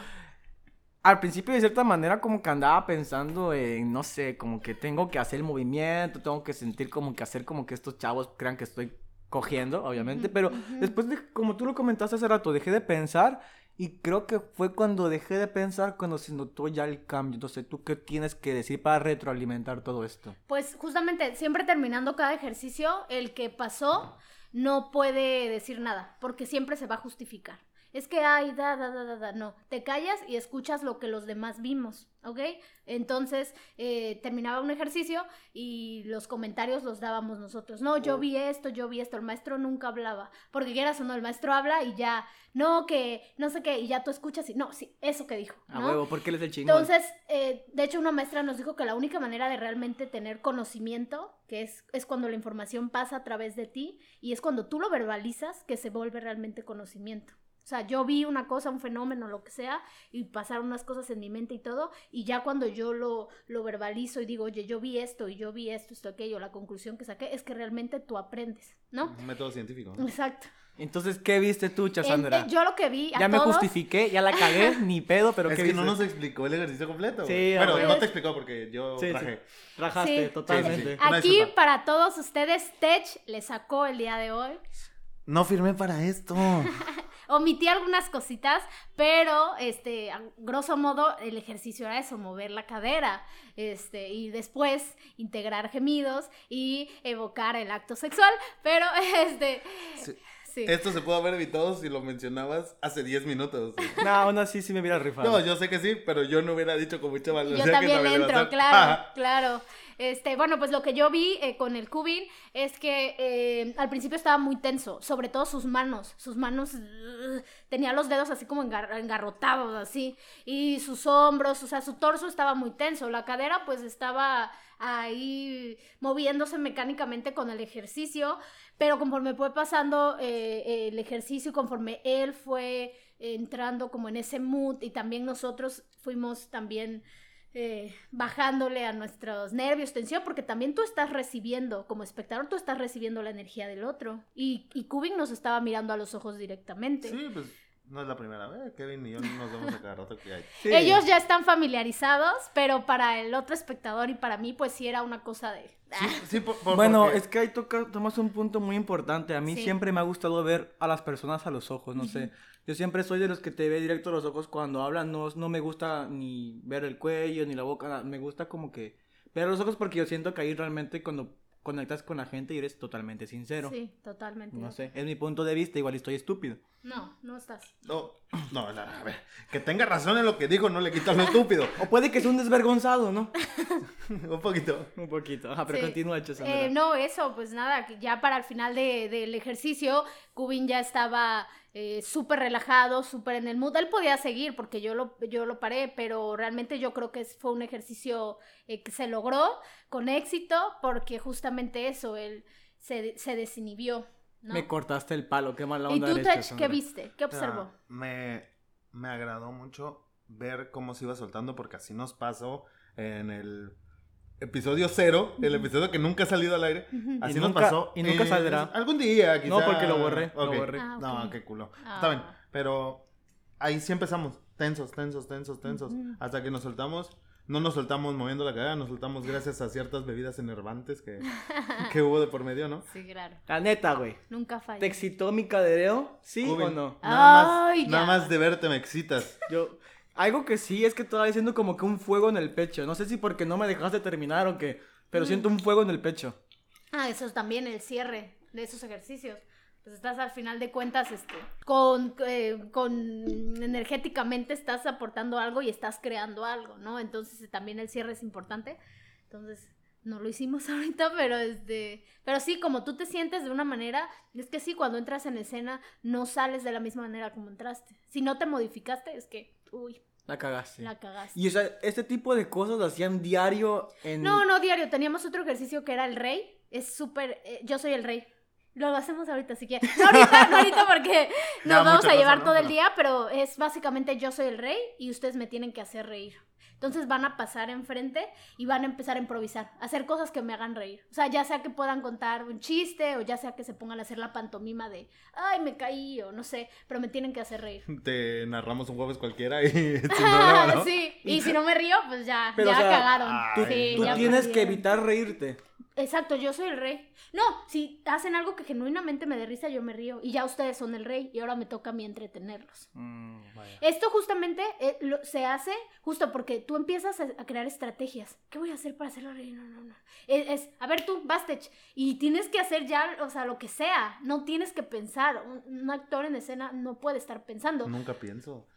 Speaker 1: al principio de cierta manera como que andaba pensando en, no sé, como que tengo que hacer el movimiento, tengo que sentir como que hacer como que estos chavos crean que estoy cogiendo, obviamente,
Speaker 3: Ujú,
Speaker 1: pero
Speaker 3: ujú.
Speaker 1: después, de, como tú lo comentaste hace rato, dejé de pensar y creo que fue cuando dejé de pensar cuando se notó ya el cambio. Entonces, ¿tú qué tienes que decir para retroalimentar todo esto?
Speaker 3: Pues justamente, siempre terminando cada ejercicio, el que pasó no puede decir nada, porque siempre se va a justificar. Es que, ay, da, da, da, da, da, no. Te callas y escuchas lo que los demás vimos, ¿ok? Entonces, eh, terminaba un ejercicio y los comentarios los dábamos nosotros. No,
Speaker 1: Oh.
Speaker 3: yo vi esto, yo vi esto. El maestro nunca hablaba. Porque quieras o no, el maestro habla y ya, no, que, no sé qué, y ya tú escuchas y, no, sí, eso que dijo.
Speaker 1: A
Speaker 3: ¿no?
Speaker 1: huevo, porque él es el chingón.
Speaker 3: Entonces, eh, de hecho, una maestra nos dijo que la única manera de realmente tener conocimiento, que es, es cuando la información pasa a través de ti y es cuando tú lo verbalizas, que se vuelve realmente conocimiento. O sea, yo vi una cosa, un fenómeno, lo que sea, y pasaron unas cosas en mi mente y todo, y ya cuando yo lo, lo verbalizo y digo, oye, yo vi esto, y yo vi esto, esto, aquello, la conclusión que saqué es que realmente tú aprendes, ¿no?
Speaker 2: Un método científico. ¿no?
Speaker 3: Exacto.
Speaker 1: Entonces, ¿qué viste tú, Chasandra?
Speaker 3: En- en- eh, yo lo que vi a
Speaker 1: ya me
Speaker 3: todos-
Speaker 1: justifiqué, ya la
Speaker 3: [LAUGHS]
Speaker 1: cagué, ni pedo, pero
Speaker 2: es
Speaker 1: ¿qué
Speaker 2: que no
Speaker 1: viste?
Speaker 2: nos explicó el ejercicio completo.
Speaker 1: Sí,
Speaker 2: güey.
Speaker 1: a
Speaker 2: bueno,
Speaker 1: huevo.
Speaker 2: no te explicó porque yo
Speaker 1: Sí, sí.
Speaker 2: traje.
Speaker 1: Rajaste,
Speaker 3: Sí.
Speaker 1: totalmente.
Speaker 2: Sí, sí, sí. Una
Speaker 3: Aquí,
Speaker 2: disculpa.
Speaker 3: para todos ustedes, Tech le sacó el día de hoy.
Speaker 2: No firmé para esto.
Speaker 3: Omití algunas cositas, pero este, a grosso modo, el ejercicio era eso, mover la cadera, este, y después integrar gemidos y evocar el acto sexual, pero [LAUGHS] este,
Speaker 2: Sí.
Speaker 3: sí.
Speaker 2: Esto se pudo haber evitado si lo mencionabas hace 10 minutos.
Speaker 1: No, aún así sí me hubiera rifado.
Speaker 2: No, yo sé que sí, pero yo no hubiera dicho como chaval. [LAUGHS]
Speaker 3: Yo también le entro, claro, claro. Este, bueno, pues lo que yo vi eh, con el Cubin es que eh, al principio estaba muy tenso, sobre todo sus manos. Sus manos uh, tenía los dedos así como engar- engarrotados, así. Y sus hombros, o sea, su torso estaba muy tenso. La cadera, pues estaba ahí moviéndose mecánicamente con el ejercicio. Pero conforme fue pasando eh, el ejercicio, y conforme él fue eh, entrando como en ese mood y también nosotros fuimos también eh, bajándole a nuestros nervios, tensión, porque también tú estás recibiendo, como espectador, tú estás recibiendo la energía del otro. Y, y Kubik nos estaba mirando a los ojos directamente.
Speaker 2: Sí, pues no es la primera vez. Kevin y yo nos vemos a cada rato que
Speaker 3: [LAUGHS]
Speaker 2: hay.
Speaker 1: Sí.
Speaker 3: Ellos ya están familiarizados, pero para el otro espectador y para mí, pues sí era una cosa de...
Speaker 2: Sí, sí, por- por-
Speaker 1: Bueno,
Speaker 2: porque-
Speaker 1: es que ahí toca, tomas un punto muy importante. A mí
Speaker 3: Sí.
Speaker 1: siempre me ha gustado ver a las personas a los ojos, no sé. Yo siempre soy de los que te ve directo a los ojos cuando hablan. No, no me gusta ni ver el cuello, ni la boca. nada. Me gusta como que ver a los ojos porque yo siento que ahí realmente cuando conectas con la gente y eres totalmente sincero.
Speaker 3: Sí, totalmente.
Speaker 1: No sé, es mi punto de vista. Igual estoy estúpido.
Speaker 3: No, no estás.
Speaker 2: No, no, no, a ver. Que tenga razón en lo que dijo, no le quita lo estúpido. [LAUGHS]
Speaker 1: O puede que sea un desvergonzado, ¿no? [LAUGHS]
Speaker 2: Un poquito.
Speaker 1: un poquito. Ajá, Ah, pero
Speaker 3: Sí.
Speaker 1: continúa, Chesandra.
Speaker 3: Eh, no, eso, pues nada, que ya para el final de- del ejercicio, Cubin ya estaba eh, súper relajado, súper en el mood. Él podía seguir porque yo lo, yo lo paré, pero realmente yo creo que es- fue un ejercicio eh, que se logró con éxito porque justamente eso, él se, de- se desinhibió. ¿no?
Speaker 1: Me cortaste el palo, qué mala
Speaker 3: ¿Y
Speaker 1: onda.
Speaker 3: tú,
Speaker 1: eres,
Speaker 3: Tech, qué
Speaker 1: Chesandra. Ah.
Speaker 3: viste? ¿Qué
Speaker 2: O sea,
Speaker 3: observó?
Speaker 2: Ah, me, me agradó mucho ver cómo se iba soltando, porque así nos pasó en el episodio cero, el episodio que nunca ha salido al aire.
Speaker 3: Ujú.
Speaker 2: Así
Speaker 1: Y
Speaker 2: nos
Speaker 1: nunca-
Speaker 2: pasó.
Speaker 1: y nunca saldrá.
Speaker 2: Algún día, quizá.
Speaker 1: No, porque lo borré, lo
Speaker 2: Ok.
Speaker 1: borré.
Speaker 3: Ah,
Speaker 2: No,
Speaker 3: ok.
Speaker 2: qué culo.
Speaker 3: Ah.
Speaker 2: Está bien, pero ahí sí empezamos. Tensos, tensos, tensos, tensos.
Speaker 3: Ujú.
Speaker 2: Hasta que nos soltamos. No nos soltamos moviendo la cadera, nos soltamos gracias a ciertas bebidas enervantes que,
Speaker 3: [LAUGHS]
Speaker 2: que hubo de por medio, ¿no?
Speaker 3: Sí, claro.
Speaker 1: La neta, güey.
Speaker 3: Nunca falla.
Speaker 1: ¿Te excitó mi cadereo? ¿Sí o
Speaker 2: Joven,
Speaker 1: no?
Speaker 2: Nada,
Speaker 3: Ay,
Speaker 2: más, nada
Speaker 3: ya.
Speaker 2: más de verte me excitas.
Speaker 1: Yo. Algo que sí es que estaba siento como que un fuego en el pecho. No sé si porque no me dejaste terminar o qué, pero
Speaker 3: Mm.
Speaker 1: siento un fuego en el pecho.
Speaker 3: Ah, eso es también el cierre de esos ejercicios. Pues estás al final de cuentas, este, con, eh, con energéticamente estás aportando algo y estás creando algo, ¿no? Entonces eh, también el cierre es importante. Entonces, no lo hicimos [LAUGHS] ahorita, pero este, pero sí, como tú te sientes de una manera, es que sí, cuando entras en escena, no sales de la misma manera como entraste. Si no te modificaste, es que, uy,
Speaker 1: La cagaste.
Speaker 3: la cagaste.
Speaker 1: Y o sea, este tipo de cosas lo hacían diario en.
Speaker 3: No,
Speaker 2: Mm.
Speaker 3: no, diario. Teníamos otro ejercicio que era el rey. Es súper. eh, yo soy el rey. Lo hacemos ahorita si quieres. No ahorita, no ahorita
Speaker 2: [LAUGHS]
Speaker 3: porque nos
Speaker 2: Da
Speaker 3: vamos
Speaker 2: mucha
Speaker 3: a
Speaker 2: cosa,
Speaker 3: llevar
Speaker 2: ¿no?
Speaker 3: todo el
Speaker 2: Pero-
Speaker 3: día, pero es básicamente yo soy el rey y ustedes me tienen que hacer reír. Entonces van a pasar enfrente y van a empezar a improvisar, a hacer cosas que me hagan reír. O sea, ya sea que puedan contar un chiste o ya sea que se pongan a hacer la pantomima de, ay, me caí o no sé, pero me tienen que hacer reír.
Speaker 2: Te narramos un jueves cualquiera y [LAUGHS] sin
Speaker 3: Ah,
Speaker 2: problema,
Speaker 3: [LAUGHS]
Speaker 2: ¿no? Ah,
Speaker 3: sí, y si no me río, pues ya,
Speaker 1: Pero,
Speaker 3: ya
Speaker 1: o sea,
Speaker 3: cagaron.
Speaker 1: Tú,
Speaker 2: Ay,
Speaker 3: Sí,
Speaker 1: tú
Speaker 3: ya
Speaker 1: tienes que
Speaker 3: perdieron.
Speaker 1: evitar reírte.
Speaker 3: Exacto, yo soy el rey. No, si hacen algo que genuinamente me dé risa, yo me río. Y ya ustedes son el rey y ahora me toca a mí entretenerlos.
Speaker 1: Mm, vaya.
Speaker 3: Esto justamente eh, lo- se hace justo porque tú empiezas a, a crear estrategias. ¿Qué voy a hacer para hacerlo reír? No, no, no. Es, es, a ver tú, Bastech. Y tienes que hacer ya, o sea, lo que sea. No tienes que pensar. Un, un actor en escena no puede estar
Speaker 1: Mm,
Speaker 3: pensando.
Speaker 2: Nunca pienso.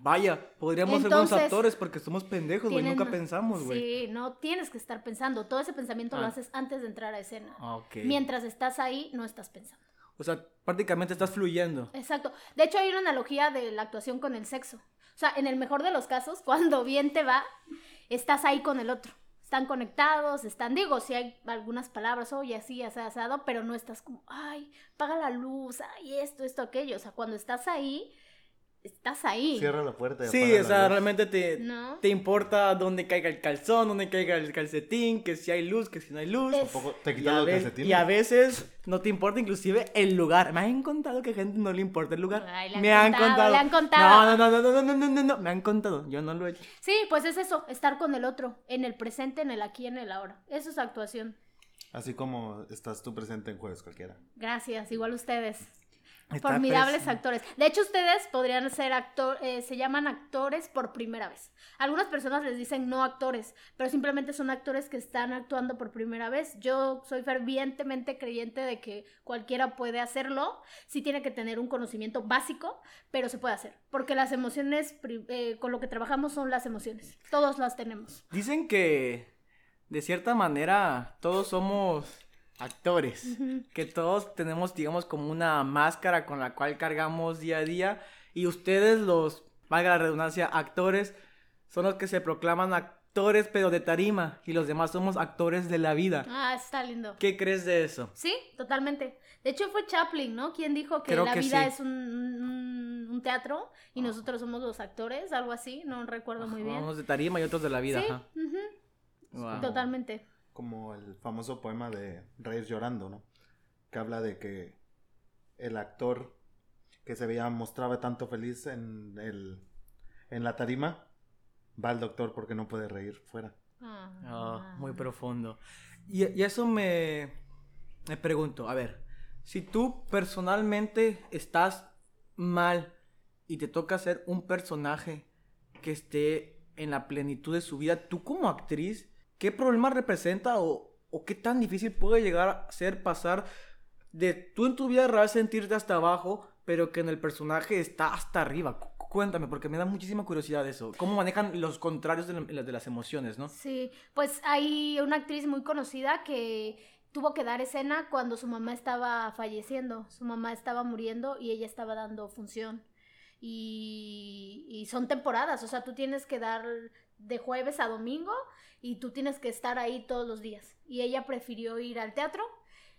Speaker 1: Vaya, podríamos ser
Speaker 3: Entonces,
Speaker 1: buenos actores porque somos pendejos, pues, güey.
Speaker 3: Tienen-
Speaker 1: Nunca pensamos, güey.
Speaker 3: Sí, no tienes que estar pensando. Todo ese pensamiento lo
Speaker 1: Ah.
Speaker 3: haces antes de entrar a escena.
Speaker 1: Ah, Ok.
Speaker 3: Mientras estás ahí, no estás pensando.
Speaker 1: O sea, prácticamente estás fluyendo.
Speaker 3: Exacto. De hecho, hay una analogía de la actuación con el sexo. O sea, en el mejor de los casos, [LAUGHS] cuando bien te va, estás ahí con el otro. Están conectados, están, digo, si hay algunas palabras, oye, así, así, asado, pero no estás como, ay, paga la luz, ay, esto, esto, aquello. O sea, cuando estás ahí, estás ahí.
Speaker 2: Cierra la puerta. y
Speaker 1: Sí,
Speaker 2: apaga
Speaker 1: o
Speaker 2: la
Speaker 1: sea,
Speaker 2: luz.
Speaker 1: realmente te,
Speaker 3: ¿No?
Speaker 1: te importa dónde caiga el calzón, dónde caiga el calcetín, que si hay luz, que si no hay luz.
Speaker 3: Es-
Speaker 2: Tampoco te
Speaker 1: Y
Speaker 2: quitan
Speaker 1: a,
Speaker 2: los
Speaker 1: ve-
Speaker 2: calcetines.
Speaker 1: y a veces no te importa inclusive el lugar. Me han contado que a gente no le importa el lugar.
Speaker 3: Ay, le han
Speaker 1: me han
Speaker 3: contado,
Speaker 1: contado.
Speaker 3: le han contado.
Speaker 1: No, no, no, no, no, no, no, no, no. Me han contado. Yo no lo he hecho.
Speaker 3: Sí, pues es eso, estar con el otro, en el presente, en el aquí, en el ahora. Eso es actuación.
Speaker 2: Así como estás tú presente en jueves cualquiera.
Speaker 3: Gracias, igual ustedes.
Speaker 1: Está
Speaker 3: Formidables
Speaker 1: pres-
Speaker 3: actores. De hecho, ustedes podrían ser actores, se llaman actores por primera vez. Algunas personas les dicen no actores, pero simplemente son actores que están actuando por primera vez. Yo soy fervientemente creyente de que cualquiera puede hacerlo, sí tiene que tener un conocimiento básico, pero se puede hacer, porque las emociones, pri- eh, con lo que trabajamos son las emociones, todos las
Speaker 1: [LAUGHS]
Speaker 3: tenemos.
Speaker 1: Dicen que de cierta manera todos somos actores.
Speaker 3: Ujú.
Speaker 1: que todos tenemos, digamos, como una máscara con la cual cargamos día a día. Y ustedes, los, valga la redundancia, actores, son los que se proclaman actores, pero de tarima. Y los demás somos actores de la vida.
Speaker 3: Ah, está lindo.
Speaker 1: ¿Qué crees de eso?
Speaker 3: Sí, totalmente. De hecho fue Chaplin, ¿no? Quien dijo que
Speaker 1: Creo
Speaker 3: la
Speaker 1: que
Speaker 3: vida
Speaker 1: sí. Ah.
Speaker 3: es un, un- un teatro y
Speaker 1: Ajá.
Speaker 3: nosotros somos los actores, algo así, no recuerdo muy bien.
Speaker 1: Unos de tarima y otros de la vida.
Speaker 3: sí,
Speaker 1: ajá.
Speaker 3: ujú,
Speaker 1: Wow.
Speaker 2: Total.
Speaker 3: totalmente.
Speaker 2: Como el famoso poema de Reyes llorando, ¿no? Que habla de que el actor que se veía mostraba tanto feliz en el en la tarima va al doctor porque no puede reír fuera.
Speaker 1: Ah, muy profundo. Y, y eso me, me pregunto, a ver, si tú personalmente estás mal y te toca ser un personaje que esté en la plenitud de su vida, tú como actriz, ¿qué problema representa o, o qué tan difícil puede llegar a ser pasar de tú en tu vida real sentirte hasta abajo, pero que en el personaje está hasta arriba? Cu- Cuéntame, porque me da muchísima curiosidad eso. ¿Cómo manejan los contrarios de, la- de las emociones, no?
Speaker 3: Sí, pues hay una actriz muy conocida que tuvo que dar escena cuando su mamá estaba falleciendo, su mamá estaba muriendo y ella estaba dando función. Y, y son temporadas, o sea, tú tienes que dar de jueves a domingo y tú tienes que estar ahí todos los días. Y ella prefirió ir al teatro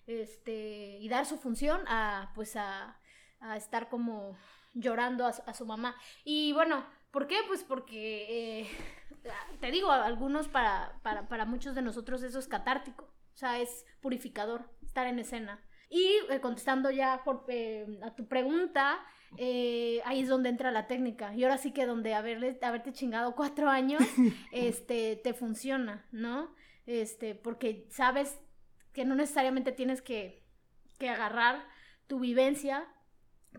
Speaker 3: este, y dar su función a, pues a, a estar como llorando a su- a su mamá. Y bueno, ¿por qué? Pues porque, eh, te digo, algunos para, para, para muchos de nosotros eso es catártico, o sea, es purificador estar en escena. Y eh, contestando ya por, eh, a tu pregunta, eh, ahí es donde entra la técnica. Y ahora sí que donde haberle, haberte chingado cuatro años, este, te funciona, ¿no? Este, porque sabes que no necesariamente tienes que, que agarrar tu vivencia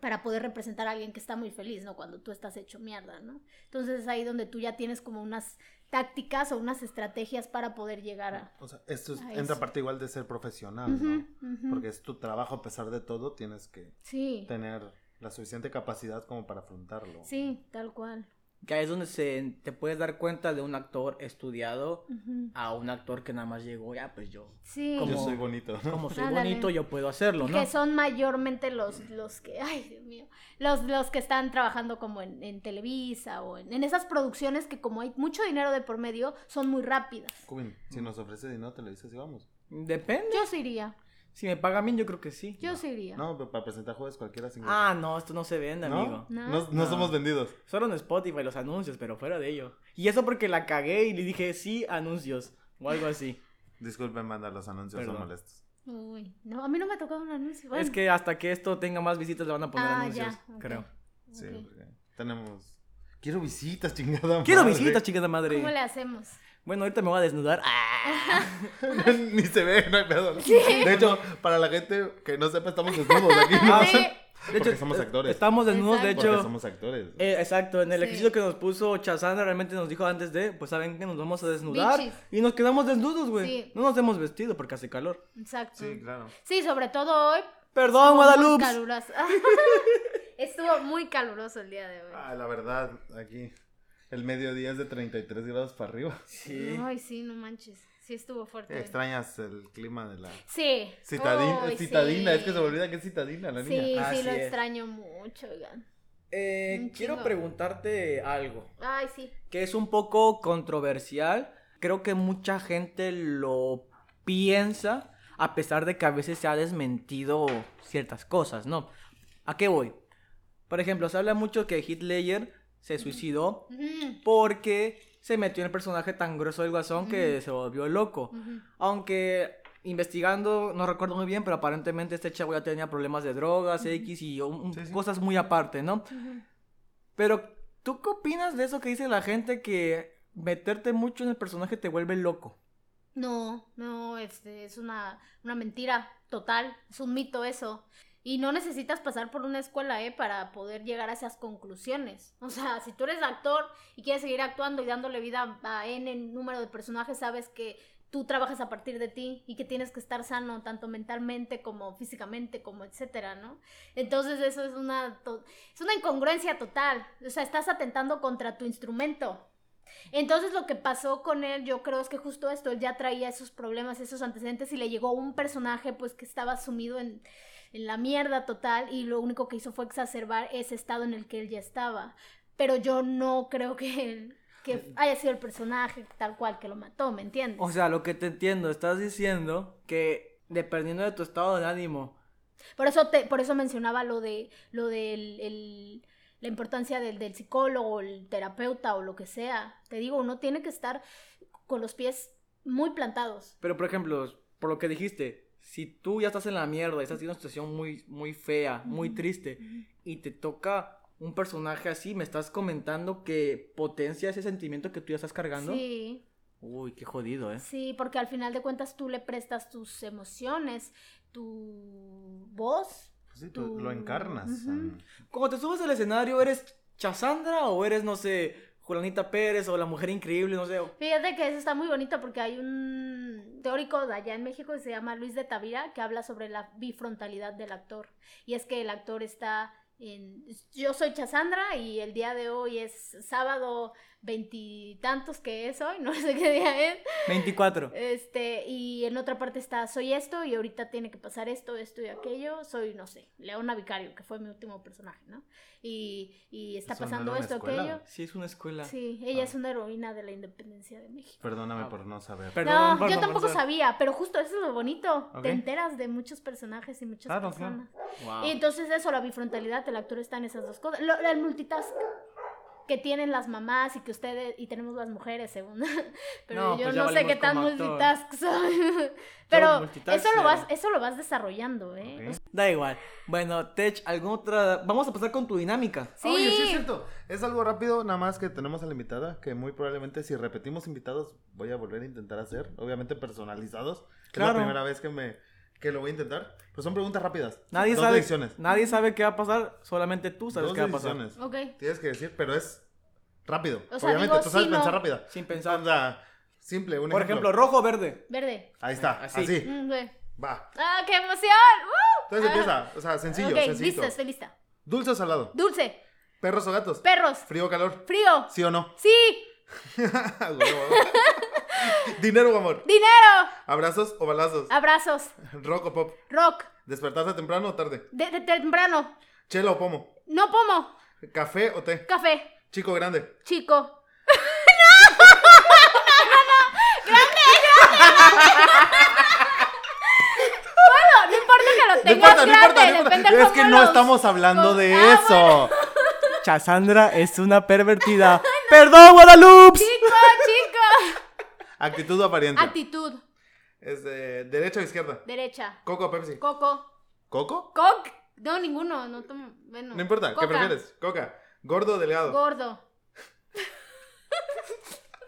Speaker 3: para poder representar a alguien que está muy feliz, ¿no? Cuando tú estás hecho mierda, ¿no? Entonces es ahí donde tú ya tienes como unas tácticas o unas estrategias para poder llegar a...
Speaker 2: O sea, esto es-
Speaker 3: Ah,
Speaker 2: entra
Speaker 3: eso.
Speaker 2: parte igual de ser profesional,
Speaker 3: Ujú,
Speaker 2: Ah, ¿no?
Speaker 3: ujú.
Speaker 2: Porque es tu trabajo a pesar de todo, tienes que
Speaker 3: Sí,
Speaker 2: tener la suficiente capacidad como para afrontarlo.
Speaker 3: sí, tal cual.
Speaker 1: Que ahí es donde se, te puedes dar cuenta de un actor estudiado
Speaker 3: Ujú.
Speaker 1: a un actor que nada más llegó, ya pues yo,
Speaker 3: Sí.
Speaker 1: Como-
Speaker 2: Yo soy bonito. ¿no?
Speaker 1: como soy
Speaker 3: Ándale.
Speaker 1: bonito, yo puedo hacerlo, ¿no?
Speaker 3: Que son mayormente los, los que, ay Dios mío, los, los que están trabajando como en, en Televisa o en, en esas producciones que como hay mucho dinero de por medio, son muy rápidas.
Speaker 2: Cubin, si nos ofrece dinero, te lo dices y vamos.
Speaker 1: Depende.
Speaker 3: Yo sí iría,
Speaker 1: Si me pagan bien, yo creo que sí.
Speaker 3: yo sí iría.
Speaker 2: No, pero para presentar jueves cualquiera sin
Speaker 1: Ah, no, esto no se vende,
Speaker 2: ¿No?
Speaker 1: amigo.
Speaker 3: No.
Speaker 2: No, no somos vendidos.
Speaker 1: Solo en Spotify los anuncios, pero fuera de ello. Y eso porque la cagué y le dije sí anuncios o algo así.
Speaker 2: Disculpen, manda, los anuncios
Speaker 1: Perdón.
Speaker 2: son molestos.
Speaker 3: Uy, no, a mí no me ha tocado un anuncio. bueno.
Speaker 1: Es que hasta que esto tenga más visitas le van a poner
Speaker 3: Ah,
Speaker 1: anuncios,
Speaker 3: ya, ok.
Speaker 1: creo.
Speaker 2: Sí,
Speaker 3: Ok.
Speaker 2: porque tenemos. Quiero visitas, chingada.
Speaker 1: [LAUGHS] Quiero
Speaker 2: madre.
Speaker 1: visitas, chicas de madre.
Speaker 3: ¿Cómo le hacemos?
Speaker 1: Bueno, ahorita me voy a desnudar. ¡Ah!
Speaker 2: [LAUGHS] Ni se ve, no hay pedo. De hecho, para la gente que no sepa, estamos desnudos aquí. ¿no?
Speaker 3: Ah, Sí.
Speaker 1: Ah, De
Speaker 2: Porque somos
Speaker 1: es-
Speaker 2: actores.
Speaker 1: Estamos desnudos, de
Speaker 3: Exacto.
Speaker 2: Porque
Speaker 1: hecho.
Speaker 2: somos actores.
Speaker 1: Eh, exacto, en el
Speaker 3: Sí.
Speaker 1: ejercicio que nos puso Chazanda realmente nos dijo antes de, pues saben que nos vamos a desnudar.
Speaker 3: Bichis.
Speaker 1: Y nos quedamos desnudos, güey.
Speaker 3: Sí.
Speaker 1: No nos hemos vestido porque hace calor.
Speaker 3: Exacto.
Speaker 2: Sí, claro.
Speaker 3: Sí, sobre todo hoy.
Speaker 1: Perdón,
Speaker 3: estuvo muy
Speaker 1: Guadalupe.
Speaker 3: caluroso. [LAUGHS] Estuvo muy caluroso el día de hoy.
Speaker 2: Ah, la verdad, aquí el mediodía es de 33 grados para arriba.
Speaker 1: Sí.
Speaker 3: Ay, sí, no manches. Sí estuvo fuerte.
Speaker 2: Extrañas el clima de la
Speaker 3: Sí.
Speaker 2: citadina,
Speaker 3: Ay,
Speaker 2: citadina.
Speaker 3: sí.
Speaker 2: es que se me olvida que es citadina la
Speaker 3: Sí,
Speaker 2: niña.
Speaker 1: Así
Speaker 3: sí, lo
Speaker 1: es.
Speaker 3: extraño mucho, oigan.
Speaker 1: Eh,
Speaker 3: Un
Speaker 1: quiero
Speaker 3: chingo.
Speaker 1: preguntarte algo
Speaker 3: Ay, sí.
Speaker 1: que es un poco controversial. Creo que mucha gente lo piensa, a pesar de que a veces se ha desmentido ciertas cosas, ¿no? ¿A qué voy? Por ejemplo, se habla mucho que Hitler se suicidó
Speaker 3: Ujú,
Speaker 1: porque se metió en el personaje tan grueso del guasón que se volvió loco.
Speaker 3: ujú.
Speaker 1: Aunque investigando, no recuerdo muy bien, pero aparentemente este chavo ya tenía problemas de drogas, X y un- un-
Speaker 2: Sí, sí.
Speaker 1: cosas muy aparte, ¿no? Pero, ¿tú qué opinas de eso que dice la gente que meterte mucho en el personaje te vuelve loco?
Speaker 3: No, no, este, es una, una mentira total, es un mito eso. Y no necesitas pasar por una escuela, ¿eh? Para poder llegar a esas conclusiones. O sea, si tú eres actor y quieres seguir actuando y dándole vida a N número de personajes, sabes que tú trabajas a partir de ti y que tienes que estar sano, tanto mentalmente como físicamente, como etcétera, ¿no? Entonces eso es una, to- es una incongruencia total. O sea, estás atentando contra tu instrumento. Entonces lo que pasó con él, yo creo es que justo esto, él ya traía esos problemas, esos antecedentes y le llegó un personaje pues que estaba sumido en, en la mierda total y lo único que hizo fue exacerbar ese estado en el que él ya estaba. Pero yo no creo que él- que haya sido el personaje tal cual que lo mató, ¿me entiendes?
Speaker 1: O sea, lo que te entiendo, estás diciendo que dependiendo de tu estado de ánimo,
Speaker 3: Por eso te, por eso mencionaba lo de lo del el- la importancia del, del psicólogo, el terapeuta o lo que sea. Te digo, uno tiene que estar con los pies muy plantados.
Speaker 1: pero por ejemplo, por lo que dijiste, si tú ya estás en la mierda, estás en una situación muy, muy fea, muy triste, y te toca un personaje así, me estás comentando que potencia ese sentimiento que tú ya estás cargando.
Speaker 3: Sí,
Speaker 1: Uy, qué jodido, ¿eh?
Speaker 3: sí, porque al final de cuentas tú le prestas tus emociones, tu voz.
Speaker 2: Pues sí, tú
Speaker 3: Tú-
Speaker 2: lo encarnas.
Speaker 3: Ujú.
Speaker 2: en-
Speaker 1: Cuando te subes al escenario, ¿eres Chasandra o eres, no sé, Julanita Pérez o la mujer increíble, no sé? o-
Speaker 3: Fíjate que eso está muy bonito porque hay un teórico de allá en México que se llama Luis de Tavira que habla sobre la bifrontalidad del actor. Y es que el actor está en... Yo soy Chasandra y el día de hoy es sábado veintitantos que es hoy, [LAUGHS] no sé qué día es.
Speaker 1: 24.
Speaker 3: Este, y en otra parte está soy esto y ahorita tiene que pasar esto, esto y aquello. Soy, no sé, Leona Vicario, que fue mi último personaje, ¿no? Y, y está
Speaker 2: Eso no
Speaker 3: pasando
Speaker 2: era una
Speaker 3: esto,
Speaker 2: escuela.
Speaker 3: aquello.
Speaker 1: Sí, es una escuela.
Speaker 3: Sí, ella
Speaker 2: Ah.
Speaker 3: es una heroína de la independencia de México.
Speaker 2: Perdóname
Speaker 1: Ah.
Speaker 2: por no saber.
Speaker 1: Perdón,
Speaker 3: No,
Speaker 1: por
Speaker 3: yo
Speaker 1: no
Speaker 3: tampoco
Speaker 1: pensar.
Speaker 3: sabía, pero justo eso es lo bonito.
Speaker 2: Ok.
Speaker 3: Te enteras de muchos personajes y muchas
Speaker 1: Ah,
Speaker 2: Claro, claro.
Speaker 3: personas.
Speaker 1: Wow.
Speaker 3: Y entonces eso, la bifrontalidad, el actor está en esas dos cosas. Lo- el multitask que tienen las mamás y que ustedes, y tenemos las mujeres, según. [LAUGHS] Pero
Speaker 1: No,
Speaker 3: yo
Speaker 1: pues ya
Speaker 3: no sé qué
Speaker 1: valimos
Speaker 3: tan
Speaker 1: como actor.
Speaker 3: multitask soy. [LAUGHS] pero
Speaker 1: multitask eh.
Speaker 3: eso lo, vas,
Speaker 1: cero.
Speaker 3: eso lo vas desarrollando, ¿eh?
Speaker 2: Ok.
Speaker 3: O sea,
Speaker 1: Da igual. Bueno, Tech, ¿alguna otra...? Vamos a pasar con tu dinámica.
Speaker 3: Sí.
Speaker 2: Oye, sí es cierto. Es algo rápido, nada más que tenemos a la invitada, que muy probablemente si repetimos invitados voy a volver a intentar hacer, obviamente personalizados. Es
Speaker 1: Claro.
Speaker 2: la primera vez que me que lo voy a intentar. Pero son preguntas rápidas.
Speaker 1: Nadie
Speaker 2: Dos
Speaker 1: sabe...
Speaker 2: decisiones.
Speaker 1: Nadie sabe qué va a pasar, solamente tú sabes
Speaker 2: Dos
Speaker 1: qué va a pasar.
Speaker 2: decisiones.
Speaker 3: Ok.
Speaker 2: Tienes que decir, pero es rápido.
Speaker 3: O sea,
Speaker 2: obviamente,
Speaker 3: digo,
Speaker 2: tú sabes
Speaker 3: sí, no.
Speaker 2: pensar rápido.
Speaker 1: Sin pensar.
Speaker 2: O sea, simple, un
Speaker 1: Por ejemplo, rojo o verde.
Speaker 3: Verde.
Speaker 2: Ahí está,
Speaker 1: Así.
Speaker 2: así.
Speaker 3: Mm, güey.
Speaker 2: Va.
Speaker 3: ¡Ah, qué emoción! ¡Uh!
Speaker 2: Entonces
Speaker 3: Ah.
Speaker 2: empieza, o sea, sencillo,
Speaker 3: ok,
Speaker 2: sencillito.
Speaker 3: lista, estoy lista.
Speaker 2: Dulce o salado.
Speaker 3: Dulce.
Speaker 2: Perros o gatos.
Speaker 3: Perros.
Speaker 2: Frío o calor.
Speaker 3: Frío.
Speaker 2: ¿Sí o no? [LAUGHS] Ah,
Speaker 3: Sí.
Speaker 2: Huevo. Dinero o amor.
Speaker 3: Dinero.
Speaker 2: Abrazos o balazos.
Speaker 3: Ah. Abrazos.
Speaker 2: Rock o pop.
Speaker 3: Rock.
Speaker 2: Despertarse temprano o tarde.
Speaker 3: De, de temprano.
Speaker 2: Chela o pomo.
Speaker 3: No pomo.
Speaker 2: Café o té.
Speaker 3: Café.
Speaker 2: Chico grande.
Speaker 3: Chico. ¡No! ¡No, no, no! ¡Grande, grande!
Speaker 2: no
Speaker 3: bueno, no importa que lo tengas grande.
Speaker 2: importa, no importa.
Speaker 3: depende cómo
Speaker 2: Es que
Speaker 3: lo
Speaker 2: no estamos hablando de
Speaker 3: Ah,
Speaker 2: eso.
Speaker 1: Chasandra es una
Speaker 3: [LAUGHS]
Speaker 1: pervertida. ¡Perdón, Guadalupe!
Speaker 3: Chico, chico.
Speaker 2: Actitud o apariencia.
Speaker 3: Actitud.
Speaker 2: Este, derecha o izquierda.
Speaker 3: Derecha.
Speaker 2: Coco o Pepsi.
Speaker 3: Coco.
Speaker 2: ¿Coco?
Speaker 3: Coc. No, ninguno. No tomo. Bueno.
Speaker 2: No importa,
Speaker 3: Coca.
Speaker 2: ¿qué prefieres? Coca. Gordo o delgado.
Speaker 3: Gordo.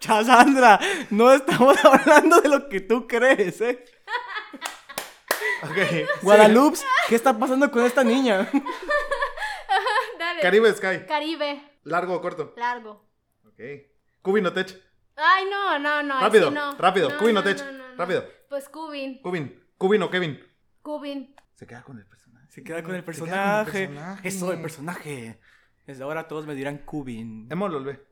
Speaker 1: Chasandra, no estamos [LAUGHS] hablando de lo que tú crees, ¿eh?
Speaker 2: [LAUGHS]
Speaker 3: [LAUGHS]
Speaker 2: Ok.
Speaker 1: Guadalupe, ¿qué está pasando con esta niña?
Speaker 3: Dale.
Speaker 2: Caribe Sky.
Speaker 3: Caribe,
Speaker 2: Largo o corto.
Speaker 3: largo.
Speaker 2: Ok. Cubinotech.
Speaker 3: Ay, no, no, no.
Speaker 2: Rápido,
Speaker 3: ese no.
Speaker 2: rápido,
Speaker 3: No,
Speaker 2: Cubin o
Speaker 3: no,
Speaker 2: Tech,
Speaker 3: no, no, no.
Speaker 2: rápido.
Speaker 3: Pues Cubin,
Speaker 2: Cubin. Cubin o Kevin.
Speaker 3: Cubin.
Speaker 2: Se queda con el personaje.
Speaker 1: Se queda con el
Speaker 2: Se queda con
Speaker 1: personaje.
Speaker 2: el personaje.
Speaker 1: Eso, el personaje. Desde ahora todos me dirán Cubin.
Speaker 2: Emo lo ve.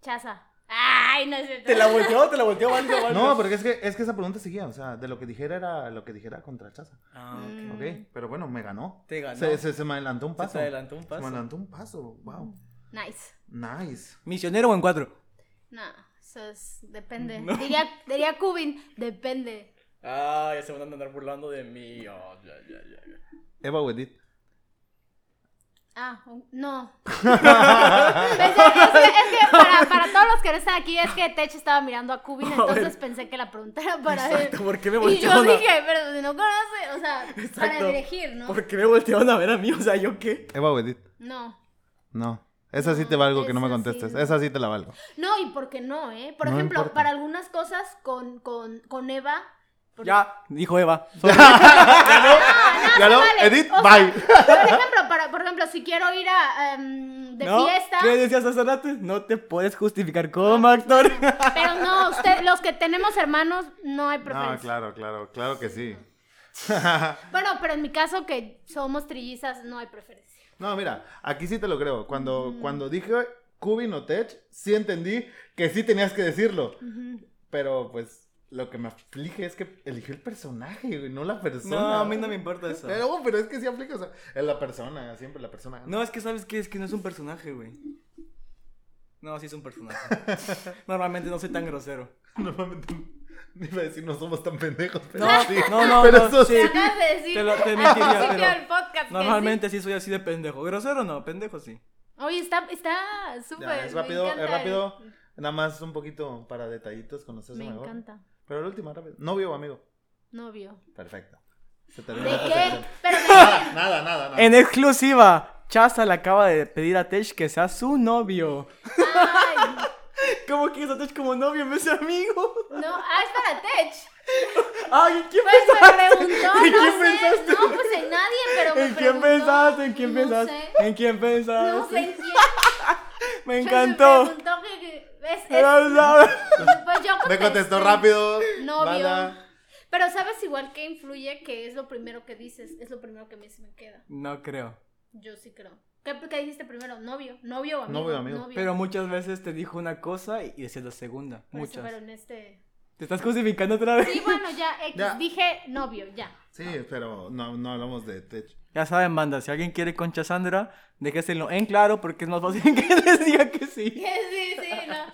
Speaker 3: Chaza. Ay, no es cierto.
Speaker 1: Te la volteó, te la volteó, Valdo, Valdo.
Speaker 2: No, porque es que, es que esa pregunta seguía. O sea, de lo que dijera era lo que dijera contra Chaza.
Speaker 1: Ah, ok.
Speaker 3: Mm.
Speaker 2: Ok. Pero bueno, me ganó.
Speaker 1: Te ganó.
Speaker 2: Se, se- se me adelantó un paso.
Speaker 1: Se te adelantó un
Speaker 2: Se me
Speaker 1: paso. Mm.
Speaker 2: adelantó un paso. Wow.
Speaker 3: Nice.
Speaker 2: Nice.
Speaker 1: ¿Misionero o en cuatro?
Speaker 3: No, eso es. Depende.
Speaker 1: No.
Speaker 3: Diría, diría Cubin, depende.
Speaker 1: Ah, ya se van a andar burlando de mí. Oh, ya, ya, ya, ya.
Speaker 2: Eva Wedit.
Speaker 3: Ah, un- [LAUGHS] no. es, que, es que- es que para, para todos los que no están aquí, es que Tech estaba mirando a Cubin,
Speaker 1: A ver.
Speaker 3: entonces pensé que la pregunta era para
Speaker 1: Exacto,
Speaker 3: él.
Speaker 1: ¿por qué me
Speaker 3: Y
Speaker 1: volteó?
Speaker 3: yo dije, pero si no conoce, o sea,
Speaker 1: Exacto.
Speaker 3: para elegir, ¿no?
Speaker 1: ¿Por qué me voltearon a ver a mí? O sea, ¿yo qué?
Speaker 2: Eva Wedit.
Speaker 3: No.
Speaker 2: No. Esa sí te valgo que no me
Speaker 3: Esa sí
Speaker 2: contestes.
Speaker 3: no.
Speaker 2: Esa sí te la valgo.
Speaker 3: No, y porque no, ¿eh? Por
Speaker 2: No
Speaker 3: ejemplo,
Speaker 2: importa.
Speaker 3: para algunas cosas con, con, con Eva. por-
Speaker 1: Ya, dijo
Speaker 3: [LAUGHS]
Speaker 1: Eva.
Speaker 2: Ya no,
Speaker 3: Ah, vale.
Speaker 2: Edith,
Speaker 3: O sea,
Speaker 2: bye.
Speaker 3: Por ejemplo, para, por ejemplo, si quiero ir a em, de
Speaker 1: ¿No?
Speaker 3: fiesta,
Speaker 1: ¿Qué decías hace rato? No te puedes justificar como actor.
Speaker 3: pero Ah, no, usted, los que tenemos hermanos, no hay
Speaker 2: No,
Speaker 3: preferencia.
Speaker 2: claro, claro, claro que sí.
Speaker 3: Bueno, pero en mi caso que somos trillizas, no hay preferencia.
Speaker 2: No, mira, aquí sí te lo creo. Cuando, cuando dije Cubin o Tech, sí entendí que sí tenías que decirlo. Pero pues lo que me aflige es que eligió el personaje, güey, no la persona.
Speaker 1: No, a mí no me importa eso.
Speaker 2: Pero, pero es que sí aplica, o sea, es la persona, siempre la persona.
Speaker 1: No, es que sabes que es que no es un personaje, güey. No, sí es un
Speaker 2: [LAUGHS]
Speaker 1: personaje. Normalmente no soy tan grosero.
Speaker 2: [LAUGHS] Normalmente [LAUGHS] ni iba a decir no somos tan pendejos, pero
Speaker 1: No,
Speaker 2: sí.
Speaker 1: no, no,
Speaker 2: Pero
Speaker 1: no,
Speaker 2: eso
Speaker 1: sí.
Speaker 2: sí.
Speaker 3: Acabas de decir
Speaker 1: Te lo- te
Speaker 3: al
Speaker 1: mentiría,
Speaker 3: principio
Speaker 1: pero
Speaker 3: del podcast que
Speaker 1: Normalmente sí soy así de pendejo. Grosero no, pendejo sí.
Speaker 3: sí. Oye, está, está súper.
Speaker 2: Ya, es
Speaker 3: me
Speaker 2: rápido, es
Speaker 3: encanta.
Speaker 2: rápido. Nada más un poquito para detallitos conocerse
Speaker 3: Me
Speaker 2: mejor.
Speaker 3: encanta.
Speaker 2: Pero el último, rápido. Novio o amigo.
Speaker 1: [LAUGHS]
Speaker 3: Novio.
Speaker 2: Perfecto. Se
Speaker 3: ¿De
Speaker 2: terminó la
Speaker 3: qué?
Speaker 2: sección.
Speaker 3: Pero de
Speaker 2: Nada, nada, nada. nada.
Speaker 1: En exclusiva, Chaza le acaba de pedir a Tesh que sea su novio.
Speaker 3: Ay,
Speaker 1: ¿Cómo quieres a Tesh como novio en vez de amigo?
Speaker 3: [LAUGHS]
Speaker 1: [LAUGHS]
Speaker 3: no, ah, es para Tech.
Speaker 1: Ay, ¿en quién [LAUGHS]
Speaker 3: Pues me
Speaker 1: pensaste?
Speaker 3: preguntó,
Speaker 1: ¿En
Speaker 3: no
Speaker 1: quién
Speaker 3: sé.
Speaker 1: pensaste?
Speaker 3: No, pues en nadie, pero me
Speaker 1: ¿En quién
Speaker 3: preguntó.
Speaker 1: pensaste? ¿En quién
Speaker 3: No
Speaker 1: pensaste?
Speaker 3: sé.
Speaker 1: ¿En quién pensaste?
Speaker 3: No sé en quién.
Speaker 1: Me
Speaker 3: Pues Me
Speaker 1: encantó.
Speaker 3: preguntó que- que- es- es-
Speaker 1: Pero, ¿sabes?
Speaker 3: pues yo
Speaker 1: [LAUGHS]
Speaker 2: Me contestó
Speaker 3: contesté.
Speaker 2: rápido.
Speaker 3: Novio.
Speaker 2: banda.
Speaker 3: Pero sabes igual que influye que es lo primero que dices, es lo primero que a mí se me queda.
Speaker 1: No creo.
Speaker 3: Yo sí creo. ¿Qué, qué dijiste primero? ¿Novio? ¿Novio o amigo?
Speaker 2: Novio, amigo.
Speaker 1: Pero muchas veces te dijo una cosa y decías la segunda.
Speaker 3: Por eso,
Speaker 1: Muchas.
Speaker 3: pero en este...
Speaker 1: ¿Te estás justificando otra vez?
Speaker 3: Sí, bueno,
Speaker 1: [LAUGHS]
Speaker 3: ya, X,
Speaker 2: Ya.
Speaker 3: dije novio, ya.
Speaker 2: Sí, pero no, no hablamos de tech.
Speaker 1: Ya saben, banda, si alguien quiere con Chasandra, déjeselo en claro porque es más fácil [LAUGHS] que les diga que [LAUGHS] sí.
Speaker 3: Sí, sí, no. Ah,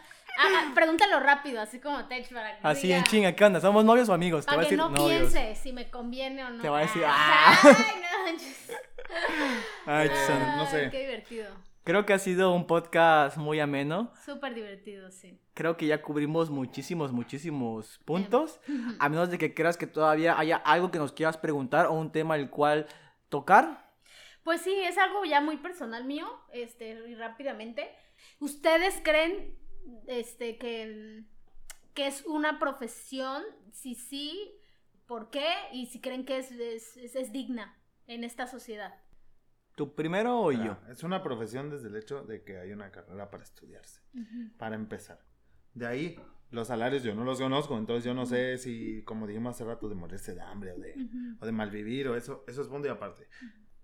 Speaker 3: ah, pregúntalo rápido, así como Tech para que
Speaker 1: Así
Speaker 3: diga-
Speaker 1: en chinga, ¿qué onda? ¿Somos novios o amigos?
Speaker 3: Para que
Speaker 1: decir
Speaker 3: no
Speaker 1: novios.
Speaker 3: piense si me conviene o no. Ah.
Speaker 1: Te va a decir, "Ah". [LAUGHS]
Speaker 3: [LAUGHS] Ay, no, manches.
Speaker 1: Ay, Chasandra.
Speaker 2: Ah. no sé.
Speaker 3: Ay, Qué divertido.
Speaker 1: Creo que ha sido un podcast muy ameno.
Speaker 3: Súper divertido, sí.
Speaker 1: Creo que ya cubrimos muchísimos, muchísimos puntos. A menos de que creas que todavía haya algo que nos quieras preguntar o un tema el cual tocar.
Speaker 3: Pues sí, es algo ya muy personal mío, este, y rápidamente. ¿Ustedes creen, este, que, el- que es una profesión? Si sí, ¿por qué? Y si creen que es, es, es- es digna en esta sociedad.
Speaker 1: ¿Tú primero o yo?
Speaker 2: Mira, Ah, Es una profesión desde el hecho de que hay una carrera para estudiarse, para empezar. De ahí, los salarios yo no los conozco, entonces yo no sé si, como dijimos hace rato, de morirse de hambre o de,
Speaker 3: Ujú.
Speaker 2: o de malvivir o eso, eso es punto y aparte.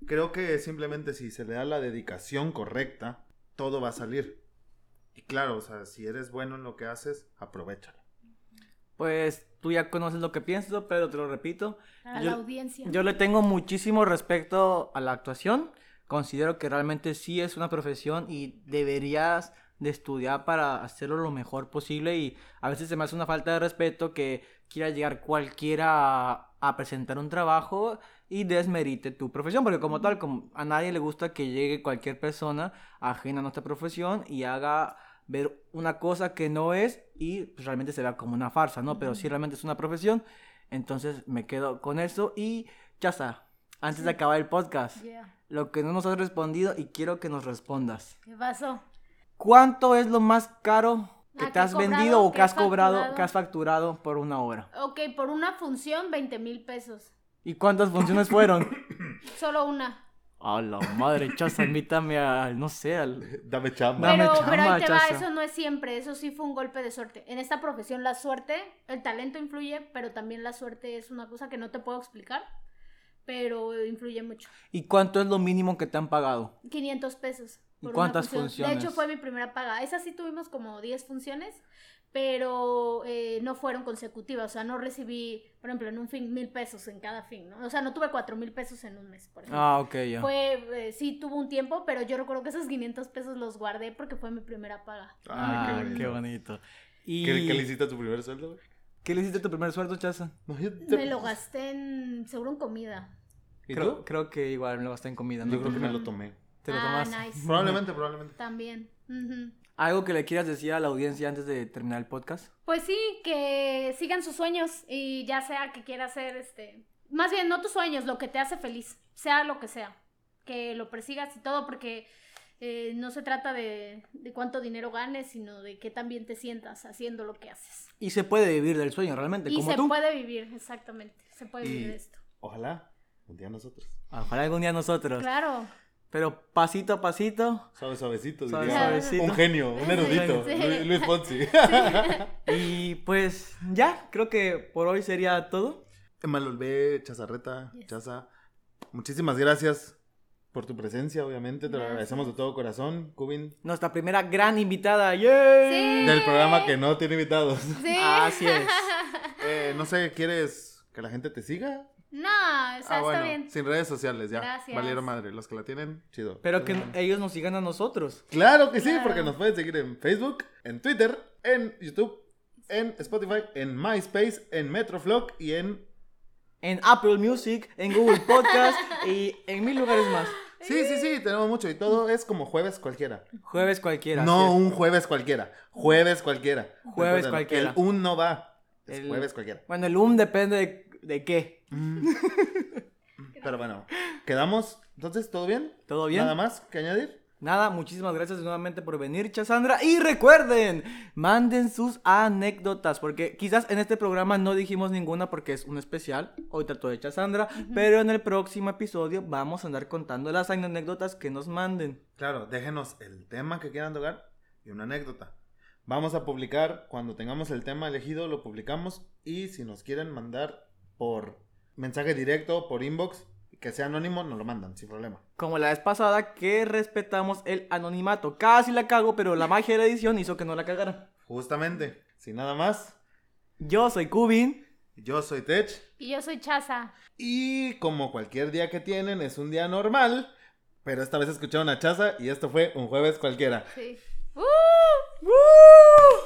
Speaker 2: Creo que simplemente si se le da la dedicación correcta, todo va a salir. Y claro, o sea, si eres bueno en lo que haces, aprovechalo.
Speaker 1: Pues tú ya conoces lo que pienso, pero te lo repito.
Speaker 3: Para
Speaker 1: Yo-
Speaker 3: la audiencia.
Speaker 1: Yo le tengo muchísimo respeto a la actuación. Considero que realmente sí es una profesión y deberías de estudiar para hacerlo lo mejor posible y a veces se me hace una falta de respeto que quiera llegar cualquiera a, a presentar un trabajo y desmerite tu profesión porque como tal como a nadie le gusta que llegue cualquier persona ajena a nuestra profesión y haga ver una cosa que no es y pues, realmente se vea como una farsa, ¿no? Pero sí realmente es una profesión, entonces me quedo con eso y Chaza, antes de acabar el podcast,
Speaker 3: Yeah.
Speaker 1: lo que no nos has respondido y quiero que nos respondas.
Speaker 3: ¿Qué pasó?
Speaker 1: ¿Cuánto es lo más caro que
Speaker 3: Ah,
Speaker 1: te has
Speaker 3: cobrado,
Speaker 1: vendido o que has
Speaker 3: he
Speaker 1: cobrado,
Speaker 3: facturado.
Speaker 1: que has facturado por una obra.
Speaker 3: Ok, por una función, 20 mil pesos.
Speaker 1: ¿Y cuántas funciones
Speaker 3: [LAUGHS]
Speaker 1: fueron?
Speaker 3: Solo una.
Speaker 1: A la madre, chaza, invítame al, no sé, al...
Speaker 2: Dame chamba.
Speaker 1: Dame
Speaker 3: Pero,
Speaker 1: chamba,
Speaker 3: pero ahí te va,
Speaker 1: chaza.
Speaker 3: eso no es siempre, eso sí fue un golpe de suerte. En esta profesión la suerte, el talento influye, pero también la suerte es una cosa que no te puedo explicar, pero influye mucho.
Speaker 1: ¿Y cuánto es lo mínimo que te han pagado?
Speaker 3: 500 pesos.
Speaker 1: ¿Y
Speaker 3: por una
Speaker 1: cuántas
Speaker 3: función.
Speaker 1: funciones?
Speaker 3: De hecho fue mi primera paga. Esa sí tuvimos como 10 funciones, pero eh, no fueron consecutivas, o sea, no recibí, por ejemplo, en un fin mil pesos en cada fin, ¿no? O sea, no tuve cuatro mil pesos en un mes, por ejemplo.
Speaker 1: Ah, ok, ya.
Speaker 3: Fue, eh, sí, tuvo un tiempo, pero yo recuerdo que esos 500 pesos los guardé porque fue mi primera paga.
Speaker 2: Ay,
Speaker 1: Ah,
Speaker 2: bonito.
Speaker 1: qué bonito. ¿Y
Speaker 2: ¿Qué, qué le hiciste a tu primer sueldo, güey?
Speaker 1: qué le hiciste a tu primer sueldo, Chaza?
Speaker 2: No, yo te-
Speaker 3: Me lo gasté en, seguro en comida.
Speaker 2: ¿Y
Speaker 1: creo,
Speaker 2: tú?
Speaker 1: creo que igual me lo gasté en comida, ¿no?
Speaker 2: Yo creo que me lo tomé.
Speaker 1: Te lo
Speaker 3: ah,
Speaker 1: tomaste.
Speaker 3: nice.
Speaker 2: Probablemente, probablemente.
Speaker 3: También. ujú.
Speaker 1: ¿Algo que le quieras decir a la audiencia antes de terminar el podcast?
Speaker 3: Pues sí, que sigan sus sueños y ya sea que quiera hacer este, más bien no tus sueños, lo que te hace feliz, sea lo que sea, que lo persigas y todo, porque eh, no se trata de, de cuánto dinero ganes, sino de qué tan bien te sientas haciendo lo que haces.
Speaker 1: Y se puede vivir del sueño realmente,
Speaker 3: Y
Speaker 1: como
Speaker 3: se
Speaker 1: tú.
Speaker 3: puede vivir, exactamente, se puede
Speaker 2: Y-
Speaker 3: vivir de esto.
Speaker 2: Ojalá un día nosotros.
Speaker 1: Ojalá algún día nosotros.
Speaker 3: Claro.
Speaker 1: Pero pasito a pasito.
Speaker 2: Suave, suavecito,
Speaker 1: Suave,
Speaker 2: diría.
Speaker 1: suavecito.
Speaker 2: Un genio, un erudito.
Speaker 3: [LAUGHS] Sí.
Speaker 2: Lu- Luis Fonsi. [LAUGHS]
Speaker 1: Y pues ya, creo que por hoy sería todo.
Speaker 2: Malolvé, Chazarreta,
Speaker 3: Yes.
Speaker 2: Chaza. Muchísimas gracias por tu presencia, obviamente. Te lo
Speaker 3: Gracias.
Speaker 2: agradecemos de todo corazón, Cubin.
Speaker 1: Nuestra primera gran invitada. ¡Yay!
Speaker 3: Sí.
Speaker 2: Del programa que Ah, no tiene invitados.
Speaker 3: [LAUGHS] Sí.
Speaker 1: Así es.
Speaker 2: Eh, no sé, ¿quieres que la gente te siga?
Speaker 3: No, o sea, está
Speaker 2: ah, bueno,
Speaker 3: bien.
Speaker 2: sin redes sociales ya.
Speaker 3: Gracias.
Speaker 2: Valieron madre, los que la tienen, chido.
Speaker 1: Pero que ellos nos sigan a nosotros.
Speaker 2: Claro que sí,
Speaker 3: Claro.
Speaker 2: porque nos pueden seguir en Facebook, en Twitter, en YouTube, en Spotify, en MySpace, en Metroflog y en...
Speaker 1: En Apple Music, en Google Podcast y en mil lugares más.
Speaker 2: Sí, sí, sí, tenemos mucho y todo es como jueves cualquiera.
Speaker 1: Jueves cualquiera.
Speaker 2: No
Speaker 1: así
Speaker 2: un jueves cualquiera, jueves cualquiera.
Speaker 1: Jueves
Speaker 2: Recuerden,
Speaker 1: cualquiera.
Speaker 2: El un no va, es
Speaker 1: El-
Speaker 2: jueves
Speaker 1: [LAUGHS]
Speaker 2: cualquiera.
Speaker 1: es. Bueno, el um depende de, de qué.
Speaker 2: Pero bueno, quedamos. Entonces, ¿todo bien?
Speaker 1: ¿Todo bien?
Speaker 2: ¿Nada más que añadir?
Speaker 1: Nada, muchísimas gracias nuevamente por venir, Chasandra. Y recuerden, manden sus anécdotas, porque quizás en este programa no dijimos ninguna porque es un especial. Hoy trató de Chasandra, pero en el próximo episodio vamos a andar contando las anécdotas que nos manden.
Speaker 2: Claro, déjenos el tema que quieran tocar y una anécdota. Vamos a publicar, cuando tengamos el tema elegido, lo publicamos. Y si nos quieren mandar por mensaje directo, por inbox, que sea anónimo, nos lo mandan, sin problema.
Speaker 1: Como la vez pasada que respetamos el anonimato. Casi la cago, pero la magia de la edición hizo que no la cagara.
Speaker 2: Justamente, sin nada más,
Speaker 1: Yo soy Cubin.
Speaker 2: yo soy Tech.
Speaker 3: Y yo soy Chaza.
Speaker 2: Y como cualquier día que tienen, es un día normal. Pero esta vez escucharon a Chaza y esto fue un jueves cualquiera.
Speaker 3: Sí.
Speaker 1: ¡Woo!